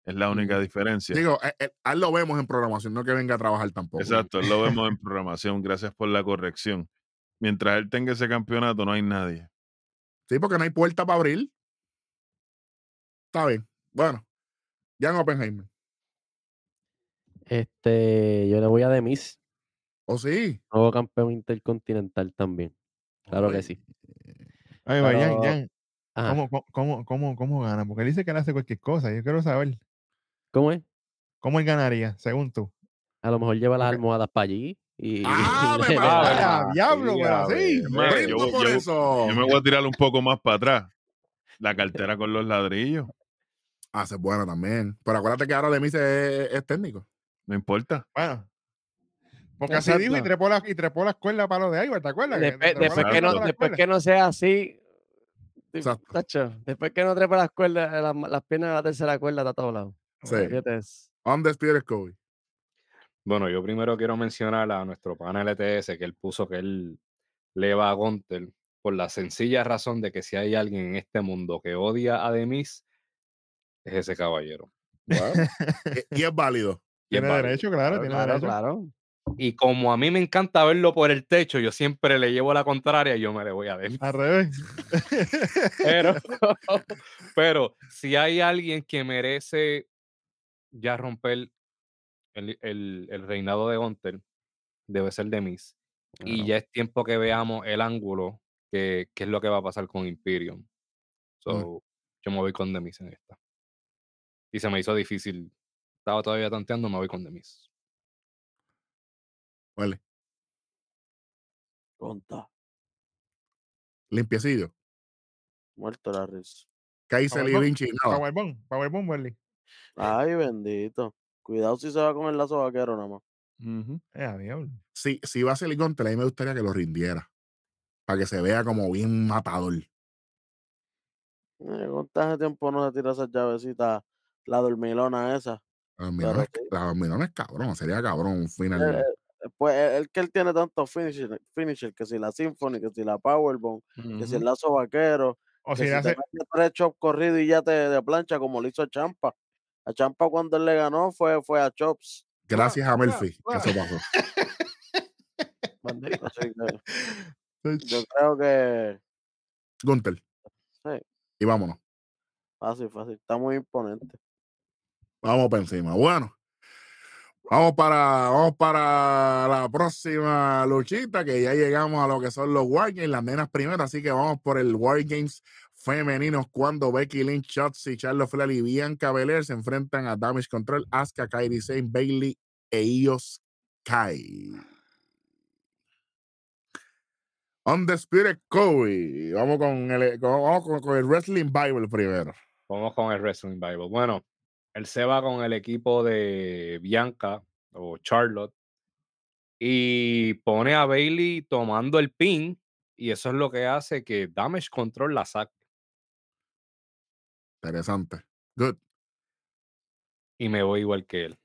S6: Es la única
S2: Mm.
S6: diferencia.
S1: Digo, eh, eh, a él lo vemos en programación, no que venga a trabajar tampoco.
S6: Exacto, lo vemos en programación. Gracias por la corrección. Mientras él tenga ese campeonato, no hay nadie.
S1: Sí, porque no hay puerta para abrir. Está bien. Bueno, Jan Oppenheimer.
S8: Este, yo le voy a Demis,
S1: ¿O sí?
S8: nuevo campeón intercontinental también. Claro que sí.
S2: Ay, vayan,
S8: Pero-
S2: Jan,
S8: Ajá,
S2: ¿cómo, cómo- cómo, cómo, cómo gana? Porque él dice que él hace cualquier cosa. Yo quiero saber
S8: ¿Cómo es?
S2: cómo él ganaría, según tú.
S8: A lo mejor lleva las
S2: Ok.
S8: almohadas para allí
S1: ¡Ah,
S8: y,
S1: me
S8: le-
S1: parece!
S2: ¡Ay,
S1: Ave
S2: a diablo, pero así!
S6: María,
S1: Brindo
S6: yo-
S1: por
S6: yo-
S1: eso.
S6: Yo me voy a tirar un poco más para atrás. La cartera con los ladrillos.
S1: Ah, se es buena también. Pero acuérdate que ahora de mí se- es, es técnico.
S6: No importa.
S2: Bueno. Porque así dijo y
S5: Exacto.
S2: trepó la, y trepó la escuela para lo de Ivar, ¿te acuerdas? Que
S5: Despe-
S2: trepó la
S5: después, que
S2: escuela
S5: no,
S2: para la
S5: después
S2: escuela.
S5: que no sea así, di-
S1: Exacto.
S5: tacho, después que no trepa las cuerdas, eh, las, ma- las piernas de la tercera cuerda está a todos lados.
S1: Sí.
S5: Fíjate eso.
S1: Undisputed Kobe.
S3: Bueno, yo primero quiero mencionar a nuestro pana LTS que él puso que él le va a Gontel por la sencilla razón de que si hay alguien en este mundo que odia a Demis, es ese caballero.
S1: Bueno, y, y es válido.
S3: Y es
S2: Tiene
S3: válido.
S2: derecho, claro, tiene
S5: Claro,
S2: derecho.
S5: claro.
S3: Y como a mí me encanta verlo por el techo, yo siempre le llevo la contraria y yo me le voy a Demis.
S2: Al revés.
S3: Pero, pero si hay alguien que merece ya romper el, el- el reinado de Gunter, debe ser Demis. Y ya es tiempo que veamos el ángulo que, que es lo que va a pasar con Imperium. So, Yo me voy con Demis en esta. Y se me hizo difícil. Estaba todavía tanteando, me voy con Demis.
S1: Vale,
S7: Conta.
S1: limpiecillo.
S7: Muerto la risa.
S1: Kaiser y
S2: Powerbomb.
S1: Vinci. nada.
S2: Powerbomb, Powerbomb, Welly.
S7: Ay, bendito. Cuidado si se va con el lazo vaquero nada más.
S2: Eh, a diablo.
S1: Si, si va a ser Gontel, a mí me gustaría que lo rindiera. Para que se vea como bien matador.
S7: Eh, Conta hace tiempo no se tira esas llavecitas, la dormilona esa.
S1: La dormidona es-
S7: sí.
S1: la dormidona es cabrón, sería cabrón un final.
S7: Eh, eh, Pues el, que él tiene tantos finisher, finisher, que si la Symphony, que si la Powerbomb, que si el lazo vaquero,
S2: O si
S7: que
S2: le
S7: si te
S2: hace.
S7: mete tres chops corridos y ya te de plancha como lo hizo a Champa. A Champa cuando él le ganó fue, fue a Chops.
S1: Gracias a Murphy, que eso pasó.
S7: Así que yo creo que
S1: Gunter.
S7: Sí.
S1: Y vámonos.
S7: fácil, fácil, está muy imponente.
S1: Vamos para encima. Bueno. Vamos para, vamos para la próxima luchita, que ya llegamos a lo que son los Wargames, las nenas primero, así que vamos por el Wargames femeninos cuando Becky Lynch, Shotzi, Charlotte Flair y Bianca Belair se enfrentan a Damage Control, Asuka, Kairi Sane, Bailey e Ios Kai. Undisputed Kobe. Vamos con el, con- vamos con- con el Wrestling Bible primero.
S3: Vamos con el Wrestling Bible. Bueno, él se va con el equipo de Bianca o Charlotte y pone a Bailey tomando el pin y eso es lo que hace que Damage Control la saque.
S1: Interesante. Good.
S3: Y me voy igual que él.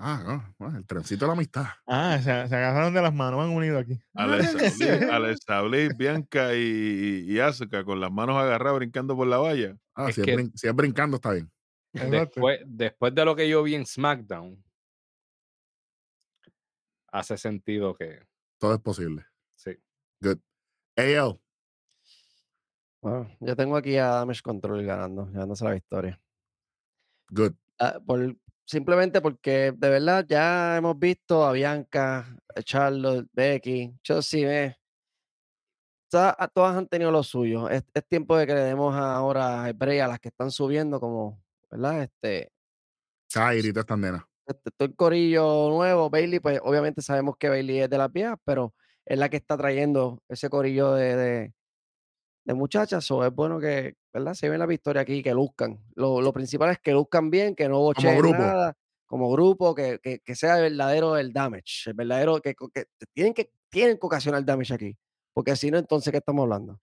S1: Ah, no, bueno, el trencito de la amistad.
S2: Ah, se, se agarraron de las manos, han unido aquí.
S6: Alexa Bliss, Bianca y, y Asuka con las manos agarradas brincando por la valla.
S1: Ah,
S3: Es
S1: si,
S3: que-
S1: es brin- si es brincando, está bien.
S2: Exacto.
S3: Después, después de lo que yo vi en SmackDown, hace sentido que
S1: Todo es posible.
S3: sí.
S1: AL,
S5: Bueno, yo tengo aquí a Damage Control ganando, ganándose la victoria.
S1: good.
S5: ah, por- simplemente porque de verdad ya hemos visto a Bianca, a Charlotte, Becky, Chelsea, eh, ta- a- todas han tenido lo suyo. Es, es tiempo de que le demos ahora el break a las que están subiendo como, ¿verdad? Este,
S1: Kairi, todas estas nenas.
S5: este, todo el corillo nuevo, Bailey, pues obviamente sabemos que Bailey es de las viejas, pero es la que está trayendo ese corillo de, de, de muchachas. O es bueno que, ¿verdad? Se ven la victoria aquí, que luzcan. Lo, lo principal es que luzcan bien, que no bocheen
S1: grupo.
S5: nada, como grupo, que, que, que sea el verdadero el damage, el verdadero que, co- que te- tienen que tienen que ocasionar damage aquí, porque si no, entonces ¿qué estamos hablando?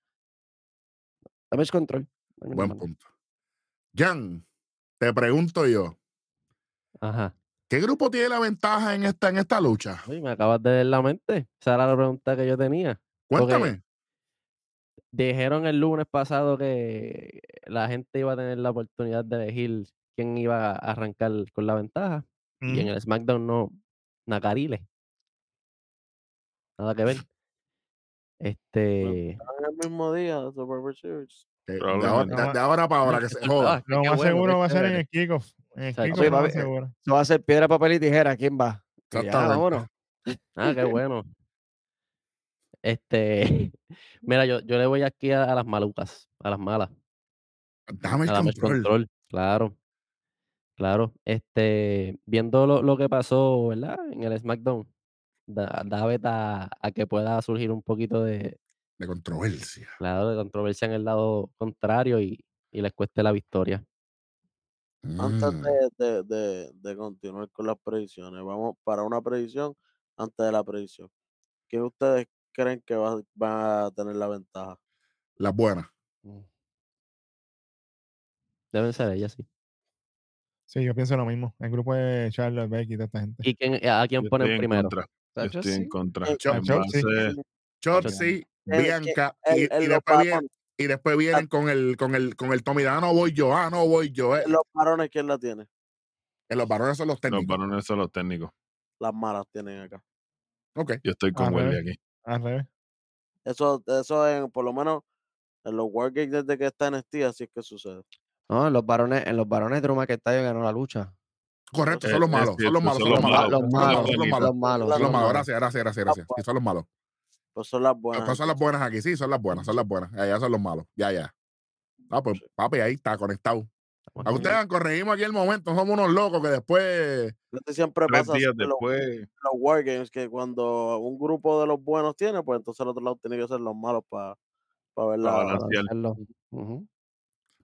S5: Damage control. coño, mi
S1: Buen
S5: hermano.
S1: punto. Jan, te pregunto yo,
S8: Ajá.
S1: ¿qué grupo tiene la ventaja en esta, en esta lucha?
S8: Uy, me acabas de leer la mente. Esa era la pregunta que yo tenía.
S1: Cuéntame.
S8: Dijeron el lunes pasado que la gente iba a tener la oportunidad de elegir quién iba a arrancar con la ventaja. Y en
S2: Ujú.
S8: el SmackDown no, Nacariles. Nada que ver. Este.
S7: En el mismo día de Survivor Series.
S1: que de,
S6: Probablemente.
S1: ahora, de- de ahora para ahora que se joda.
S2: Lo
S8: qué
S2: más
S8: bueno,
S2: seguro
S8: qué
S2: Ah, va a ser en
S8: chévere.
S2: el kickoff. En el
S8: Exacto.
S2: kickoff
S5: Sí,
S2: lo
S5: va
S2: más
S5: a haber-
S8: eh,
S2: seguro.
S5: Eso va a ser piedra, papel y tijera. ¿Quién va? Y ya,
S1: Exactamente.
S5: vámonos.
S8: Ah, qué bueno. Este. Mira, yo, yo le voy aquí a, a las malucas, a las malas.
S1: Dame el
S8: a Damage
S1: control.
S8: Control, claro. Claro. Este, viendo lo, lo que pasó, ¿verdad? En el SmackDown, da, da beta a, que pueda surgir un poquito de,
S1: De controversia.
S8: claro, de controversia en el lado contrario y, y les cueste la victoria.
S7: Antes
S1: Mm,
S7: de, de- de- de continuar con las predicciones, vamos para una predicción antes de la predicción. ¿Qué ustedes creen que va, va a tener la ventaja?
S1: Las buenas.
S8: Deben ser ellas, sí.
S2: Sí, yo pienso lo mismo. El grupo de Charles Beck y toda esta gente.
S8: ¿Y quién, eh, a quién
S6: Yo
S8: ponen
S6: estoy en
S8: primero?
S6: contra, yo
S5: Tacho,
S6: estoy en
S5: sí.
S6: contra.
S7: Eh,
S6: En
S2: Chelsea.
S6: base-
S1: Chotzi,
S7: El-
S1: Bianca,
S7: el-
S1: y,
S7: el-
S1: y
S7: los,
S1: después
S7: varones,
S1: vienen, y después vienen con el, con el, con el Tommy, ah, no voy yo, ah, no voy yo. eh.
S7: los varones, ¿quién la tiene?
S1: Que los varones son los
S6: Los
S1: técnicos.
S6: varones son los técnicos.
S7: Las malas tienen acá.
S1: Ok.
S6: Yo estoy
S2: Ah,
S6: con Welly
S2: ¿verdad?
S6: aquí.
S2: Al revés.
S7: Eso, eso en, por lo menos en los World Games desde que está en Steve, así es que sucede.
S5: No, en los varones, en los varones Drew McIntyre ganó la lucha.
S1: Correcto,
S6: Eh,
S1: son los
S6: eh,
S1: malos,
S6: sí,
S1: son los
S6: estos
S1: malos,
S6: son
S1: son los
S6: los
S1: malos.
S6: Ah,
S5: Los
S6: son
S5: malos,
S1: son los malos.
S5: los malos.
S1: Son los
S7: Son
S1: malos,
S7: malos.
S1: gracias, gracias, gracias, gracias. Sí, son los malos.
S7: Pues son las
S1: Ah,
S7: buenas.
S1: Pues son las buenas aquí, sí, son las buenas, son las buenas. Allá son los malos, ya, ya. Ah, pues papi, ahí está, conectado. A ustedes han corregimos aquí el momento, somos unos locos que después.
S7: Esto siempre
S6: Tres
S7: pasa así
S6: días
S7: en los,
S6: después,
S7: en los World Games, que cuando un grupo de los buenos tiene, pues entonces el otro lado tiene que ser los malos para ver
S6: para
S7: la...
S6: balancear.
S5: Carlos. Ujú.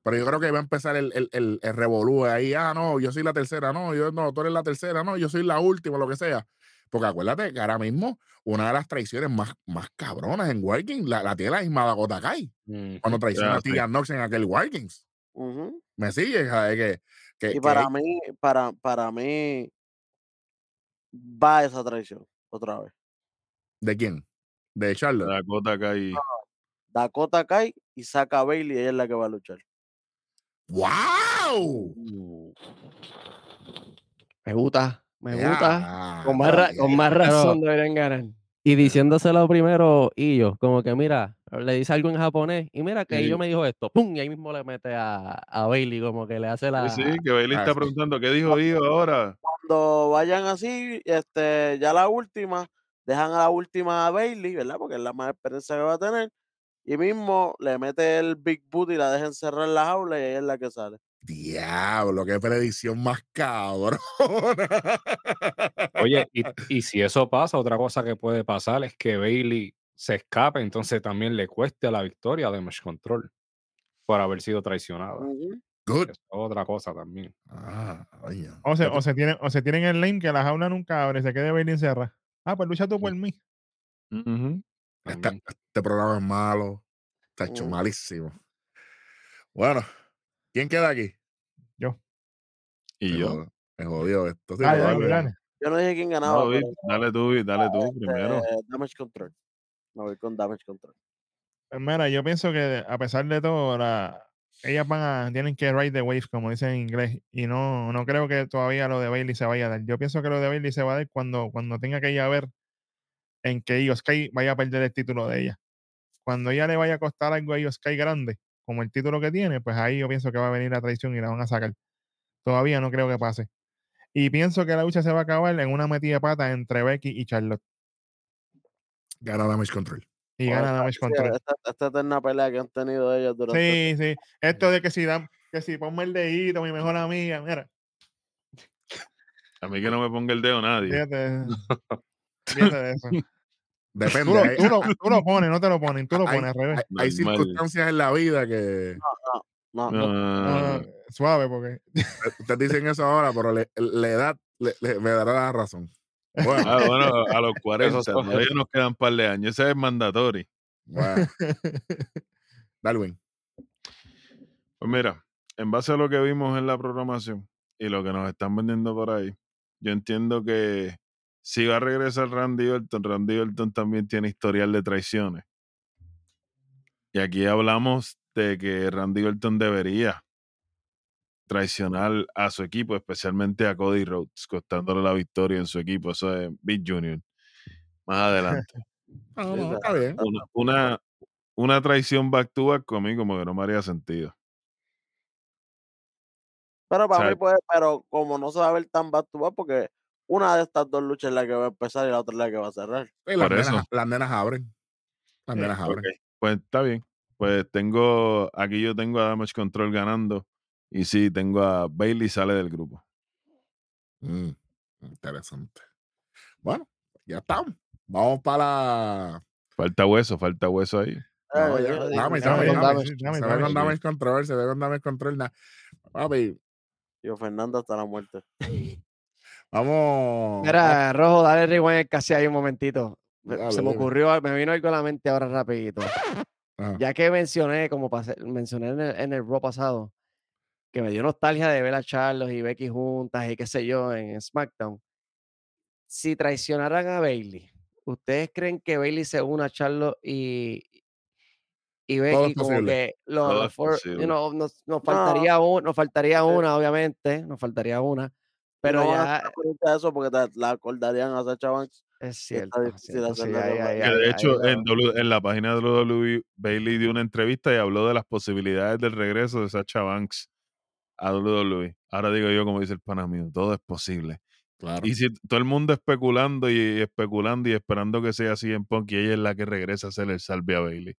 S1: Pero yo creo que va a empezar el, el, el, el revolú ahí. Ah, no, yo soy la tercera, no, yo no, tú eres la tercera, no, yo soy la última, lo que sea. Porque acuérdate que ahora mismo una de las traiciones más, más cabronas en Working la, la tiene la misma Dakota Kai.
S3: Mm.
S1: Cuando traiciona
S6: Ah,
S1: a
S6: sí.
S1: Tegan Knox en aquel Workings.
S7: Ujú.
S1: ¿Me sigues? ¿Sabes? Que, que,
S7: Y
S1: que-
S7: para mí, para, para mí, va esa traición otra vez.
S1: ¿De quién? De Charlotte.
S6: Dakota acá y
S7: Dakota Kai y saca Bailey, ella es la que va a luchar.
S1: ¡Wow!
S5: Me gusta, me gusta.
S1: Ya, eh,
S5: Con más, ra- con más razón deberían ganar.
S8: Y diciéndoselo primero, y yo, como que mira, le dice algo en japonés, y mira que yo me dijo esto, ¡pum! Y ahí mismo le mete a, a Bailey, como que le hace la.
S6: Sí, sí, que Bailey
S1: ah,
S6: está
S1: sí.
S6: preguntando, ¿qué dijo Dio ahora?
S7: Cuando vayan así, este, ya la última, dejan a la última a Bailey, ¿verdad? Porque es la más experiencia que va a tener. Y mismo le mete el Big Boot y la deja encerrar en la jaula y ella es la que sale.
S1: Diablo, qué predicción más cabrona.
S3: Oye, y, y si eso pasa, otra cosa que puede pasar es que Bailey se escape, entonces también le cueste la victoria de Mesh Control por haber sido
S7: Mm.
S3: traicionada.
S1: Good.
S3: Eso es otra cosa también.
S1: Ah, coño.
S2: O se,
S1: Ya tú-
S2: o se tienen, o se tienen el lane que la jaula nunca abre, se quede Bailey encerrada. Ah, pues lucha tú por mí.
S6: Ujú.
S1: Está-
S3: también.
S1: este programa es malo. Está hecho
S7: Mm.
S1: malísimo. Bueno, ¿quién queda aquí?
S6: Y
S1: Me
S6: yo.
S1: jod- Me jodió esto. sí,
S2: Ah,
S1: me
S2: ya,
S1: jodió.
S2: Milán.
S7: Yo no dije quién ganaba,
S6: No,
S7: pero
S6: Vic, dale tú, Vic, dale tú primero.
S7: eh, Damage Control. Me voy con Damage Control.
S2: Pues Mira, yo pienso que a pesar de todo, la- ellas van a, tienen que ride the wave, como dicen en inglés, y no, no creo que todavía lo de Bailey se vaya a dar. Yo pienso que lo de Bailey se va a dar cuando, cuando tenga que ya ver en que Io Sky vaya a perder el título de ella. Cuando ella le vaya a costar algo a Io Sky grande, como el título que tiene, pues ahí yo pienso que va a venir la traición y la van a sacar. Todavía no creo que pase. Y pienso que la lucha se va a acabar en una metida de pata entre Becky y Charlotte.
S1: Gana Damage Control.
S2: Y
S7: Bueno,
S2: gana
S7: esta-
S2: Damage
S7: sí,
S2: Control.
S7: Esta, esta eterna pelea que han tenido ellos durante.
S2: Sí, sí. Esto de que si dan, que si ponme el dedito, mi mejor amiga, mira,
S6: A mí que no me ponga el dedo nadie.
S2: fíjate. de eso. Fíjate de eso.
S1: Depende.
S2: Tú lo,
S1: hay-
S2: tú lo-
S1: hay-
S2: tú lo pones, no te lo ponen, tú lo
S1: Ay,
S2: pones al revés.
S1: hay- hay
S6: Normal.
S1: circunstancias en la vida que
S7: No,
S6: No,
S2: No,
S6: no,
S2: no,
S6: no, no.
S2: suave, porque. eh,
S1: ustedes dicen eso ahora, pero le- la edad le- le- me dará la razón. Bueno,
S6: Ah, bueno, a los 40,
S3: son-
S6: todavía nos quedan un par de años. Ese es mandatorio.
S1: bueno. Darwin.
S6: Pues mira, en base a lo que vimos en la programación y lo que nos están vendiendo por ahí, yo entiendo que si va a regresar Randy Orton, Randy Orton también tiene historial de traiciones. Y aquí hablamos de que Randy Orton debería traicionar a su equipo, especialmente a Cody Rhodes, costándole la victoria en su equipo. Eso es Big Junior. Más adelante
S1: Ah,
S7: Sí,
S1: no,
S7: está-
S1: está bien.
S6: una, una, una traición back to back conmigo como que no me haría sentido.
S7: Pero para
S6: sea,
S7: mí puede, pero como no se va a ver tan back to back, porque una de estas dos luchas es la que va a empezar y la otra es la que va a cerrar.
S1: Y las,
S6: por eso. Eh,
S1: nenas, las nenas abren. Las nenas abren.
S6: Ok, Pues está bien. Pues tengo, aquí yo tengo a Damage Control ganando. Y sí, tengo a Bailey sale del grupo.
S1: Mm, interesante. Bueno, ya estamos. Vamos para
S6: Falta hueso, falta hueso ahí.
S1: la. No,
S7: Eh,
S1: ya,
S7: yo digo,
S1: dame,
S7: eh,
S1: dame,
S2: con
S1: dame,
S2: damage,
S1: sí,
S2: dame,
S1: Se ve
S2: dame.
S1: con damage control, se ve con damage control. na- Papi,
S7: Yo, Fernando, hasta la muerte.
S1: vamos. vamos-
S5: Mira, Rojo, dale rewind el casi ahí un momentito. Me-
S1: Dale,
S5: Se me
S1: dime.
S5: ocurrió, me vino algo a la mente ahora rapidito.
S1: Ajá.
S7: Ah.
S5: Ya que mencioné, como pasé- mencioné en el, en el Raw pasado, que me dio nostalgia de ver a Charlos y Becky juntas y qué sé yo en SmackDown. Si traicionaran a Bailey, ¿ustedes creen que Bailey se una a Charlos y, y Becky? Como
S1: posible.
S5: que lo-
S6: Todo
S5: lo
S6: es
S5: for-
S6: posible.
S5: you know, nos, nos faltaría, un- nos faltaría una, obviamente, nos faltaría una, pero
S7: no van a
S5: ya
S7: estar pendientes de eso porque te- la acordarían a Sacha Banks.
S5: es
S7: está
S5: cierto.
S7: difícil
S5: cierto, sí,
S7: hacerlo
S5: ahí-
S7: con
S5: ahí-
S6: Que
S7: Bailey.
S5: ahí-
S6: de
S5: ahí
S6: hecho, en,
S5: lo-
S6: W- en la página de WWE, Bailey dio una entrevista y habló de las posibilidades del regreso de Sacha Banks a WWE. Ahora digo yo, como dice el pana mío, todo es posible.
S1: Claro.
S6: Y si todo el mundo especulando y especulando y esperando que sea así en Punk, y ella es la que regresa a hacer el salve a Bailey.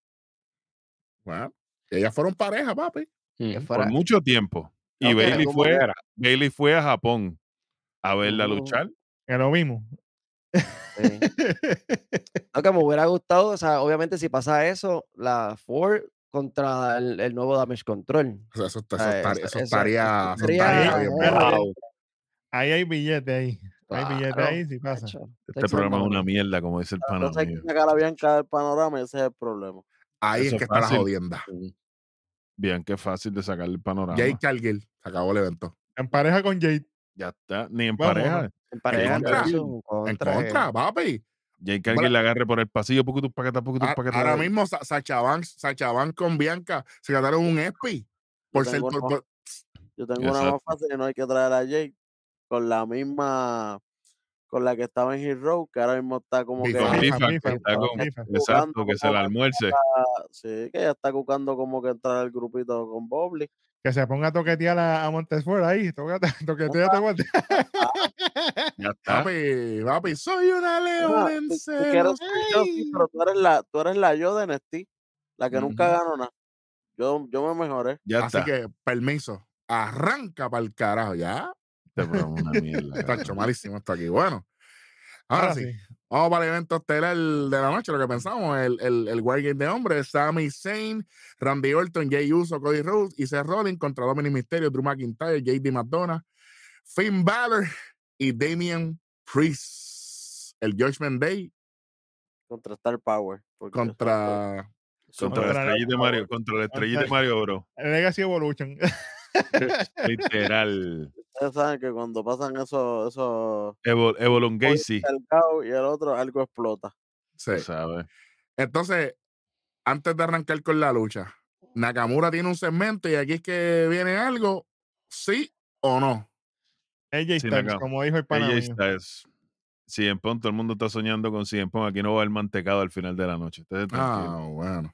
S1: Bueno, ellas fueron pareja, papi.
S5: que
S3: Ujú.
S5: fuera-
S6: Por mucho tiempo. Y
S5: Ok,
S6: Bailey,
S5: como
S6: fue,
S3: quiera.
S6: Bailey fue a Japón a verla
S5: Ujú.
S6: luchar.
S2: Que lo mismo.
S5: sí. No, que me hubiera gustado, o sea, obviamente si pasa eso, la Ford contra el, el nuevo Damage Control.
S1: O sea, eso, está-
S5: Ah,
S1: eso,
S5: eso-
S1: estaría- eso
S5: eso-
S1: estaría.
S5: eso
S1: Eso estaría
S5: estaría-
S1: bien,
S5: eh,
S1: bueno.
S5: Wow.
S2: Ahí hay billete ahí. Hay billete
S5: Claro,
S2: ahí si pasa.
S5: macho,
S6: Este
S5: sexo
S6: programa es una
S5: humano.
S6: mierda, como dice el pana
S7: Ah, Entonces hay
S6: mío.
S7: que sacar a Bianca del panorama y ese es el problema.
S1: Ahí
S6: eso
S1: es que
S6: es
S1: está la
S6: fácil.
S1: jodienda.
S6: Bien, qué fácil de sacar el panorama.
S1: Jay Cargill se acabó el evento.
S2: En pareja con Jade.
S6: Ya está, ni en
S2: Vámonos.
S6: pareja.
S5: En pareja,
S1: contra.
S5: entonces, en
S1: En
S5: contra, que-
S1: contra, papi.
S6: Jay Cargill la agarre por el pasillo, porque tus paquetas, porque tus
S1: A-
S6: paquetas.
S1: Ahora mismo Sa- Sacha Banks, Sacha Banks con Bianca se ganaron un ESPI por ser
S7: tengo
S1: por,
S7: una-
S1: por-
S7: Yo tengo una
S6: Exacto.
S7: más fácil que no hay que traer a Jake con la misma con la que estaba en Hit Row, que ahora mismo está como que
S1: Big Fifa,
S2: Fifa,
S6: que
S2: Fifa,
S6: está con-
S2: Fifa.
S6: Exacto, que se la almuerce.
S7: sí, que ya está buscando como que entrar al grupito con Bobby.
S2: Que se ponga a toquetear a, a Montesfort ahí. toquetea- Toquetea a
S6: Ya está.
S1: papi, papi, soy una leona en
S7: tú, tú
S1: cero,
S7: quieres ser yo, sí,
S1: ey.
S7: pero tú eres la, tú eres la yo de NXT, la que nunca
S1: Ujú.
S7: ganó nada. Yo, yo me mejoré.
S6: Ya
S1: Así
S6: está.
S1: que, permiso, arranca para el carajo, ya.
S6: Este programa es una mierda.
S1: Está
S6: cabrón.
S1: hecho malísimo esto aquí. Bueno, ahora, sí. Vamos para el evento estelar de la noche, lo que pensamos, el, el, el War Game de hombres, Sami Zayn, Randy Orton, Jay Uso, Cody Rhodes y Seth Rollins contra Dominic Mysterio, Drew McIntyre, JD McDonough, Finn Balor y Damian Priest. El Judgment Day
S7: Contra Star Power. porque eso fue-
S1: contra...
S7: eso
S6: Contra
S7: fue-
S2: Contra
S6: la
S2: la-
S6: estrellita de Mario, contra la estrellita de
S2: Contra-
S6: Mario, bro.
S2: Legacy Evolution.
S6: Literal.
S7: Ustedes saben que cuando pasan esos esos
S6: Evol Evolon Gacy.
S7: el caos y el otro, algo explota.
S5: eh,
S1: Sí.
S6: ¿Sabes?
S1: Entonces, antes de arrancar con la lucha, Nakamura tiene un segmento y aquí es que viene algo, sí o no.
S2: AJ
S6: Sí,
S2: Styles,
S6: Naka.
S2: como dijo el pana
S6: AJ
S2: mío.
S6: Styles. CM Punk, todo el mundo está soñando con CM Punk. Aquí no va el mantecado al final de la noche. Ustedes tranquilos.
S1: Ah, bueno.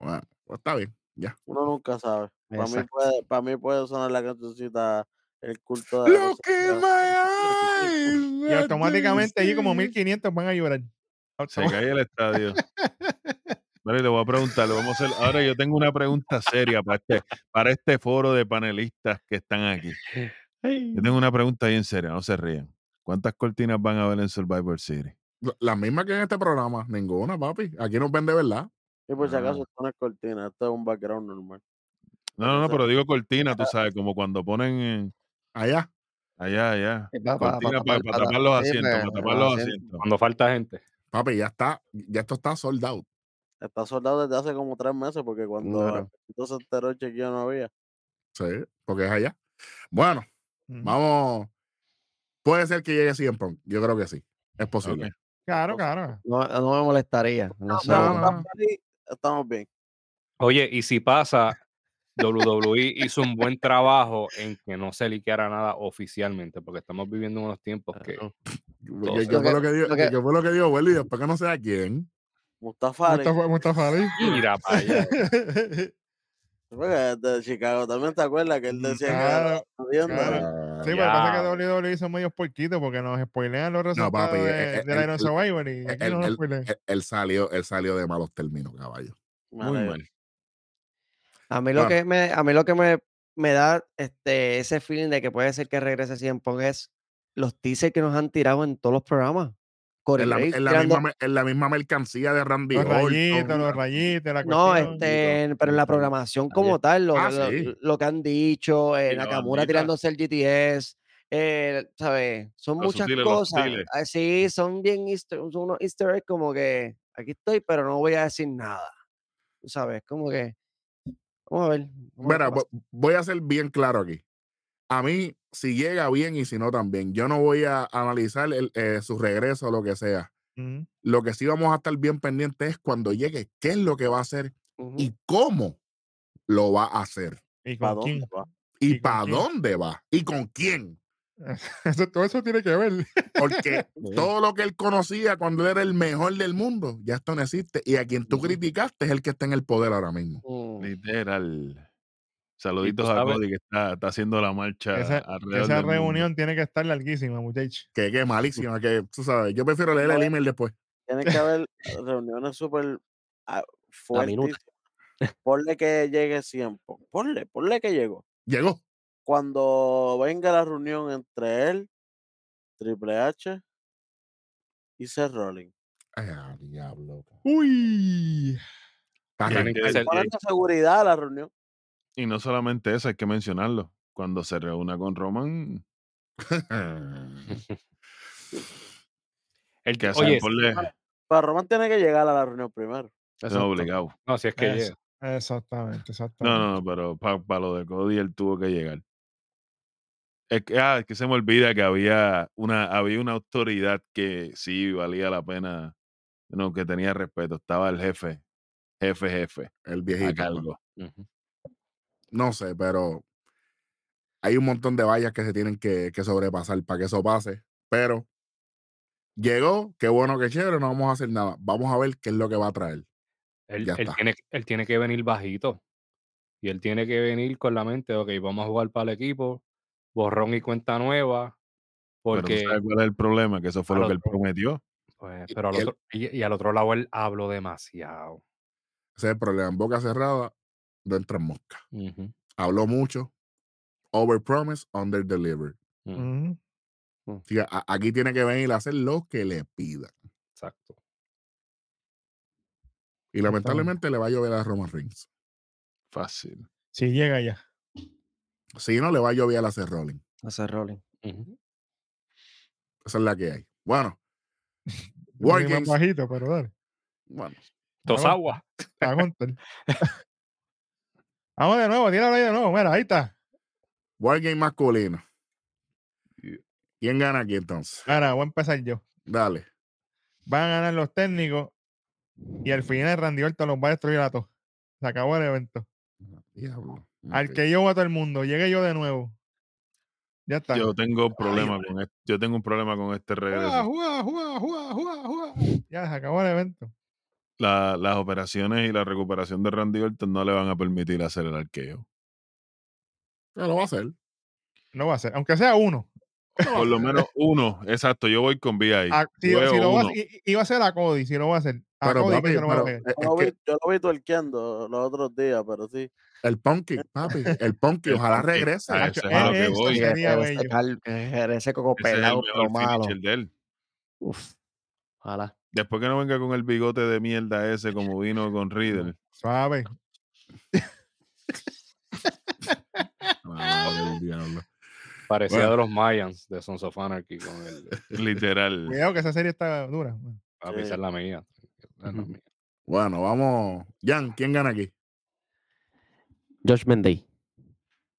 S1: Bueno, pues está bien.
S7: Uno nunca sabe. Para mí,
S5: Exacto.
S7: puede, para mí puede sonar la cancioncita El culto de la
S1: Lo que
S7: Rosa-
S1: my eyes
S2: Y automáticamente allí como
S1: have seen.
S2: 1500 van a llorar.
S5: Ah,
S6: Se
S2: Automa-
S6: cae el estadio. Vale, le voy a preguntar, lo vamos a hacer. Ahora yo tengo una pregunta seria para este, para este foro de panelistas que están aquí. Yo tengo una pregunta bien seria, no se rían. ¿Cuántas cortinas van a haber en Survivor City?
S1: La- Las mismas que en este programa. Ninguna, papi. Aquí nos vende, ¿verdad?
S7: Y por si acaso,
S6: Ah.
S7: esto no es cortina, esto es un background normal.
S6: No, no, no,
S7: Entonces-
S6: pero digo cortina, tú sabes, como cuando ponen en-
S1: Allá.
S6: allá, allá.
S5: Sí, Eh, pa- pa-
S6: Cortina
S5: pa-
S6: para,
S5: pa- pa-
S6: tapar los
S5: sí,
S6: asientos, para
S5: pues,
S6: tapar
S5: los
S6: los
S5: asientos.
S6: asientos.
S3: Cuando falta gente.
S1: Papi, ya está. Ya esto está sold out.
S7: Está soldado desde hace como tres meses, porque cuando
S5: Claro.
S7: entonces enteró el chequeo no había.
S1: Sí, porque es allá. Bueno, vamos. Puede ser que llegue siempre. Yo creo que sí. Es posible.
S2: Claro, claro.
S5: No, no me molestaría. en lo
S1: no,
S5: absoluto.
S1: no,
S7: Estamos feliz, estamos bien.
S3: Oye, y si pasa, WWE hizo un buen trabajo en que no se liqueara nada oficialmente, porque estamos viviendo unos tiempos que
S5: Claro.
S1: Yo- yo-
S3: Lo
S1: yo fue
S5: que-
S1: lo que dio-
S5: lo que-
S1: yo fue lo que dio Welly, después que no sé a quién.
S7: Mustafari,
S2: Mustafa, Mustafa Ali.
S3: mira para allá.
S7: Ah, porque es de Chicago, también te acuerdas que él decía
S2: Claro,
S7: que era
S2: claro.
S5: Ah.
S2: Sí, pero pasa que WWE son medios porquitos porque nos spoilean los resultados
S1: papi,
S2: de,
S1: eh, eh,
S2: del
S1: el-
S2: Iron
S1: el-
S2: Survivor y aquí
S1: el-
S2: no nos
S1: el-
S2: spoilean.
S1: E, Él, él salió, él salió de malos términos, caballo.
S6: Muy mal.
S5: A mí
S1: Claro.
S5: lo que me, a mí lo que me, me da este, ese feeling de que puede ser que regrese Cien Pong es los teasers que nos han tirado en todos los programas. Corey
S1: Es la,
S5: Graves
S1: es la
S5: tirando-
S1: misma, me- es la misma mercancía de Randy
S2: Los
S1: Orton.
S2: rayitos, los rayitos, la
S5: No,
S2: cuestión.
S5: este, pero en la programación como
S6: Ayer.
S5: tal, lo,
S1: Ah,
S5: lo-
S1: sí.
S5: lo que han dicho, eh,
S6: Y la
S5: Nakamura
S6: bandita.
S5: tirándose el GTS, eh, ¿sabes? Son
S6: Los
S5: muchas
S6: sutiles, los
S5: cosas.
S6: sutiles.
S5: ah, Sí, son bien easter, son unos easter eggs como que aquí estoy, pero no voy a decir nada. ¿Sabes? Como que Vamos a ver. vamos a ver
S1: Mira,
S5: qué pasa.
S1: vo- voy a ser bien claro aquí. A mí, si llega bien y si no también, yo no voy a analizar el, eh, su regreso o lo que sea.
S2: Ujú.
S1: Lo que sí vamos a estar bien pendientes es cuando llegue, qué es lo que va a hacer
S5: Ujú.
S1: y cómo lo va a hacer
S2: ¿Y
S7: ¿Para
S2: con quién?
S7: dónde va?
S1: y,
S2: ¿Y con
S1: para
S2: quién?
S1: dónde va y con quién.
S2: Eso, todo eso tiene que ver.
S1: Porque
S3: Sí.
S1: todo lo que él conocía cuando él era el mejor del mundo, ya esto no existe. Y a quien tú
S5: Ujú.
S1: criticaste es el que está en el poder ahora mismo.
S5: Mm.
S6: Literal. Saluditos
S3: tú
S6: a
S3: sabes-
S6: Cody que está, está haciendo la marcha
S2: Esa-
S6: alrededor
S2: Esa
S6: del mundo.
S2: reunión tiene que estar larguísima, muchachos.
S1: Que que malísima, que tú sabes, yo prefiero leer el
S7: No.
S1: email después.
S7: Tiene que haber reuniones súper ah,
S8: minuta.
S7: fuertes. Ponle que llegue tiempo. Ponle, ponle que llegó.
S1: Llegó.
S7: Cuando venga la reunión entre él, Triple H y Seth Rollins.
S1: Ay, ah, diablo.
S2: Uy.
S1: Está rico.
S6: Ya
S3: Tienen que
S6: que- eh,
S3: ser-
S7: Ponen de seguridad a la reunión.
S6: Y no solamente eso, hay que mencionarlo. Cuando se reúna con Roman,
S3: el-
S6: que hacer
S3: oye,
S6: por le-
S7: Pero Roman tiene que llegar a la reunión primero.
S6: no,
S3: exacto.
S6: obligado.
S3: no, si es que
S2: Eso.
S3: llega.
S2: Exactamente,
S6: No,
S2: exactamente.
S6: no, no, pero para lo de Cody él tuvo que llegar. Es que, ah, es que se me olvida que había una, había una autoridad que sí valía la pena, no, que tenía respeto. Estaba el jefe, jefe, jefe,
S1: El
S6: a
S1: viejito. ¿no?
S6: cargo.
S3: Ujú.
S1: No sé, pero hay un montón de vallas que se tienen que, que sobrepasar para que eso pase. Pero llegó, qué bueno, qué chévere, no vamos a hacer nada. Vamos a ver qué es lo que va a traer.
S3: Él,
S1: Ya
S3: él
S1: está.
S3: tiene, él tiene que venir bajito. Y él tiene que venir con la mente, ok, vamos a jugar para el equipo, borrón y cuenta nueva.
S6: Pero tú
S3: Porque,
S6: sabes cuál es el problema, que eso fue
S3: Al
S6: lo que él
S3: otro.
S6: prometió.
S3: pues,
S1: Y-
S3: pero al
S1: y él-
S3: otro, y, y al otro lado él habló demasiado.
S1: Ese es el problema. En boca cerrada, no entran moscas.
S3: Ujú,
S1: Habló mucho. Over promise, under deliver.
S3: ujú,
S2: Ujú.
S1: aquí tiene que venir a hacer lo que le pida.
S3: Exacto.
S1: Y lamentablemente le va a llover a Roman Reigns.
S6: Fácil.
S2: Si llega ya.
S1: Si no, le va a llover a la Seth Rollins.
S5: A Seth Rollins.
S3: Ujú.
S1: Esa es la que hay. Bueno.
S2: Yo
S1: War
S2: soy más
S1: Games.
S2: bajito, pero dale.
S1: Bueno,
S3: Tosagua.
S2: te va a contar. Vamos de nuevo, tíralo ahí de nuevo. Mira, ahí está.
S1: War Game masculino.
S6: Yeah.
S1: ¿Quién gana aquí entonces?
S2: Ahora voy a empezar yo.
S1: Dale.
S2: Van a ganar los técnicos y al final Randy Orton los va a destruir a todos. Se acabó el evento.
S1: Diablo.
S2: Al
S1: Ok.
S2: que yo voto el mundo, llegue yo de nuevo. Ya está.
S6: Yo tengo problema con este, yo tengo un problema con este
S2: Juá,
S6: regreso.
S2: juá, juá, juá, juá, juá. Ya se acabó el evento.
S6: La- las operaciones y la recuperación de Randy Orton no le van a permitir hacer el arqueo.
S1: Ya lo va a hacer.
S2: No va a ser, aunque sea uno.
S1: Lo va a
S6: Por lo
S1: hacer.
S6: menos uno, exacto, yo voy con VI.
S2: A- si,
S6: Yo
S2: si
S6: veo
S2: Ah, lo va a,
S6: uno.
S2: i- iba a ser a Cody, si lo va a hacer. A
S1: Pero,
S2: Cody pues,
S1: papi,
S2: que se lo va
S1: pero
S2: a pegar.
S1: Eh,
S6: eh,
S1: es-
S7: Yo
S1: es
S7: lo
S1: que
S7: vi, yo lo vi tuerqueando los otros días, pero sí.
S1: el Punky, papi, el Punky,
S6: El
S1: ojalá
S6: Punky,
S1: regrese.
S6: a
S2: Hacho,
S6: eso es a lo que
S2: eso
S6: voy.
S2: sería
S5: Jerez
S2: bello.
S5: cal- Jerez coco
S6: Ese es el
S5: pelado, pero
S6: mejor
S5: malo.
S6: finisher de él.
S5: Uf. Ojalá.
S6: Después que no venga con el bigote de mierda ese como vino con Riddle. eh.
S2: Suave.
S1: Madre del diablo.
S3: Parecía
S1: Bueno.
S3: de los Mayans de Sons of Anarchy con el.
S6: Literal.
S2: Cuidado que esa serie está dura. bueno.
S3: A pisar la mía. esa es la
S5: Ujú.
S3: mía.
S1: Bueno, vamos. Jan, ¿quién gana aquí?
S8: Josh Mendy.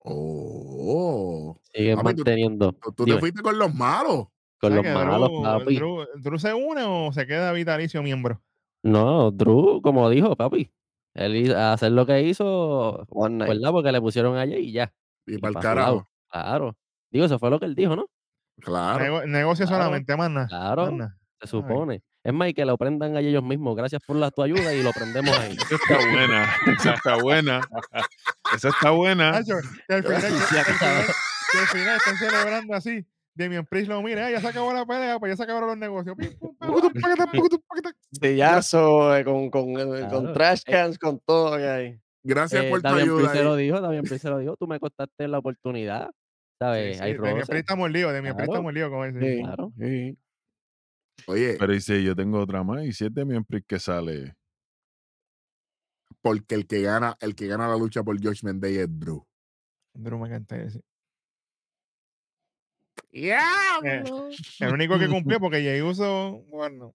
S1: Oh,
S8: Sigue
S1: Papi, tú-
S8: manteniendo.
S1: tú, tú te
S8: Dime,
S1: fuiste con los malos.
S8: con
S2: O sea
S8: los
S2: que
S8: malos,
S2: Drew-
S8: papi.
S2: Drew, Drew se une o se queda vitalicio miembro?
S8: No, Drew, como dijo, papi. Él hizo- a hacer lo que hizo,
S5: One night.
S8: ¿verdad? Porque le pusieron allí y ya.
S1: Y
S8: Y
S1: para el
S8: pa' su lado.
S1: carajo.
S8: Claro. Digo, eso fue lo que él dijo, ¿no?
S1: Claro.
S2: Nego- negocio
S8: Claro,
S2: solamente, más nada. más
S8: Claro.
S2: nada.
S8: Se
S2: Ay.
S8: supone. Es más, y que lo prendan allí ellos mismos. Gracias por la tu ayuda y lo prendemos ahí.
S6: Esa está buena. Esa está buena. Esa está buena.
S2: Nacho, que al final, que, que al final- que al final están celebrando así. Damian Priest lo mira, "Ah, ya se acabó la pelea, pues ya se acabaron los negocios. Pim, pum, pam, pam, paquetá, paquetá, paquetá.
S5: Sillazo, eh, con, con, eh, con
S8: Claro.
S5: trash
S8: Eh,
S5: cans, con todo que hay.
S1: Gracias
S8: Eh,
S1: por tu
S8: Damian Priest
S1: ayuda.
S8: se lo
S1: ahí.
S8: dijo, Damian Priest se lo dijo. Tú me costaste la oportunidad.
S2: Sí,
S8: ¿Sabes?
S2: sí,
S8: Hay
S2: Damian
S8: roces.
S2: Priest está mordido, Damian Priest está
S8: Claro.
S2: mordido con él. sí.
S5: Sí,
S8: Claro.
S5: sí.
S1: Oye,
S6: Pero dice, yo tengo otra más. Y siete miembros que sale.
S1: porque el que gana, el que gana la lucha por George Mendez es Drew.
S2: Drew McIntyre, sí.
S1: ¡Diablo!
S2: Eh, El único que cumplió porque Jay Uso, bueno.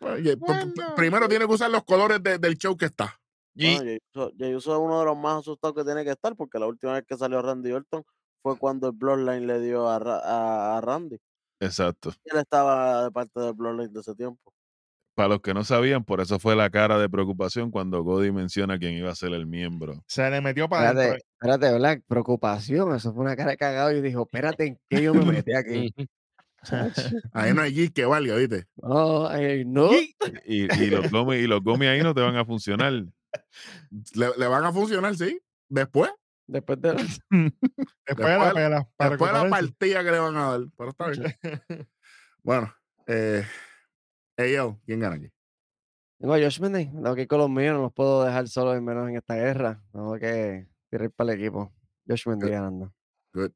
S1: Oye, p- p-
S2: Bueno.
S1: primero tiene que usar los colores de- del show que está.
S7: Bueno, Jeyuso- Jeyuso es uno de los más asustados que tiene que estar, porque la última vez que salió Randy Orton fue cuando el Bloodline le dio a, Ra- a- a Randy.
S6: Exacto.
S7: Y Él estaba de parte del Bloodline de ese tiempo.
S6: Para los que no sabían, por eso fue la cara de preocupación cuando Cody menciona quién iba a ser el miembro.
S2: Se le metió para
S5: Espérate,
S2: adentro.
S5: espérate, ¿verdad? Preocupación, eso fue una cara de cagado. Y dijo, espérate, ¿en qué yo me metí aquí? Chacho,
S1: Ahí no hay gis que valga, ¿viste?
S5: no, ay, Oh, eh, no.
S6: Y, y los gomis y los gomis ahí no te van a funcionar.
S1: Le, le van a funcionar, sí. Después,
S5: Después de la-
S2: Después de la
S1: después-
S2: pela. para
S1: después de la
S2: recuperarse.
S1: partida que le van a dar. Pero está bien. Bueno, eh, hey, yo, ¿quién gana aquí?
S5: Tengo a Josh Mendez, tengo que ir con los míos, no los puedo dejar solos y menos en esta guerra. Tengo que tirar para el equipo. Josh Mendez ganando.
S1: Good,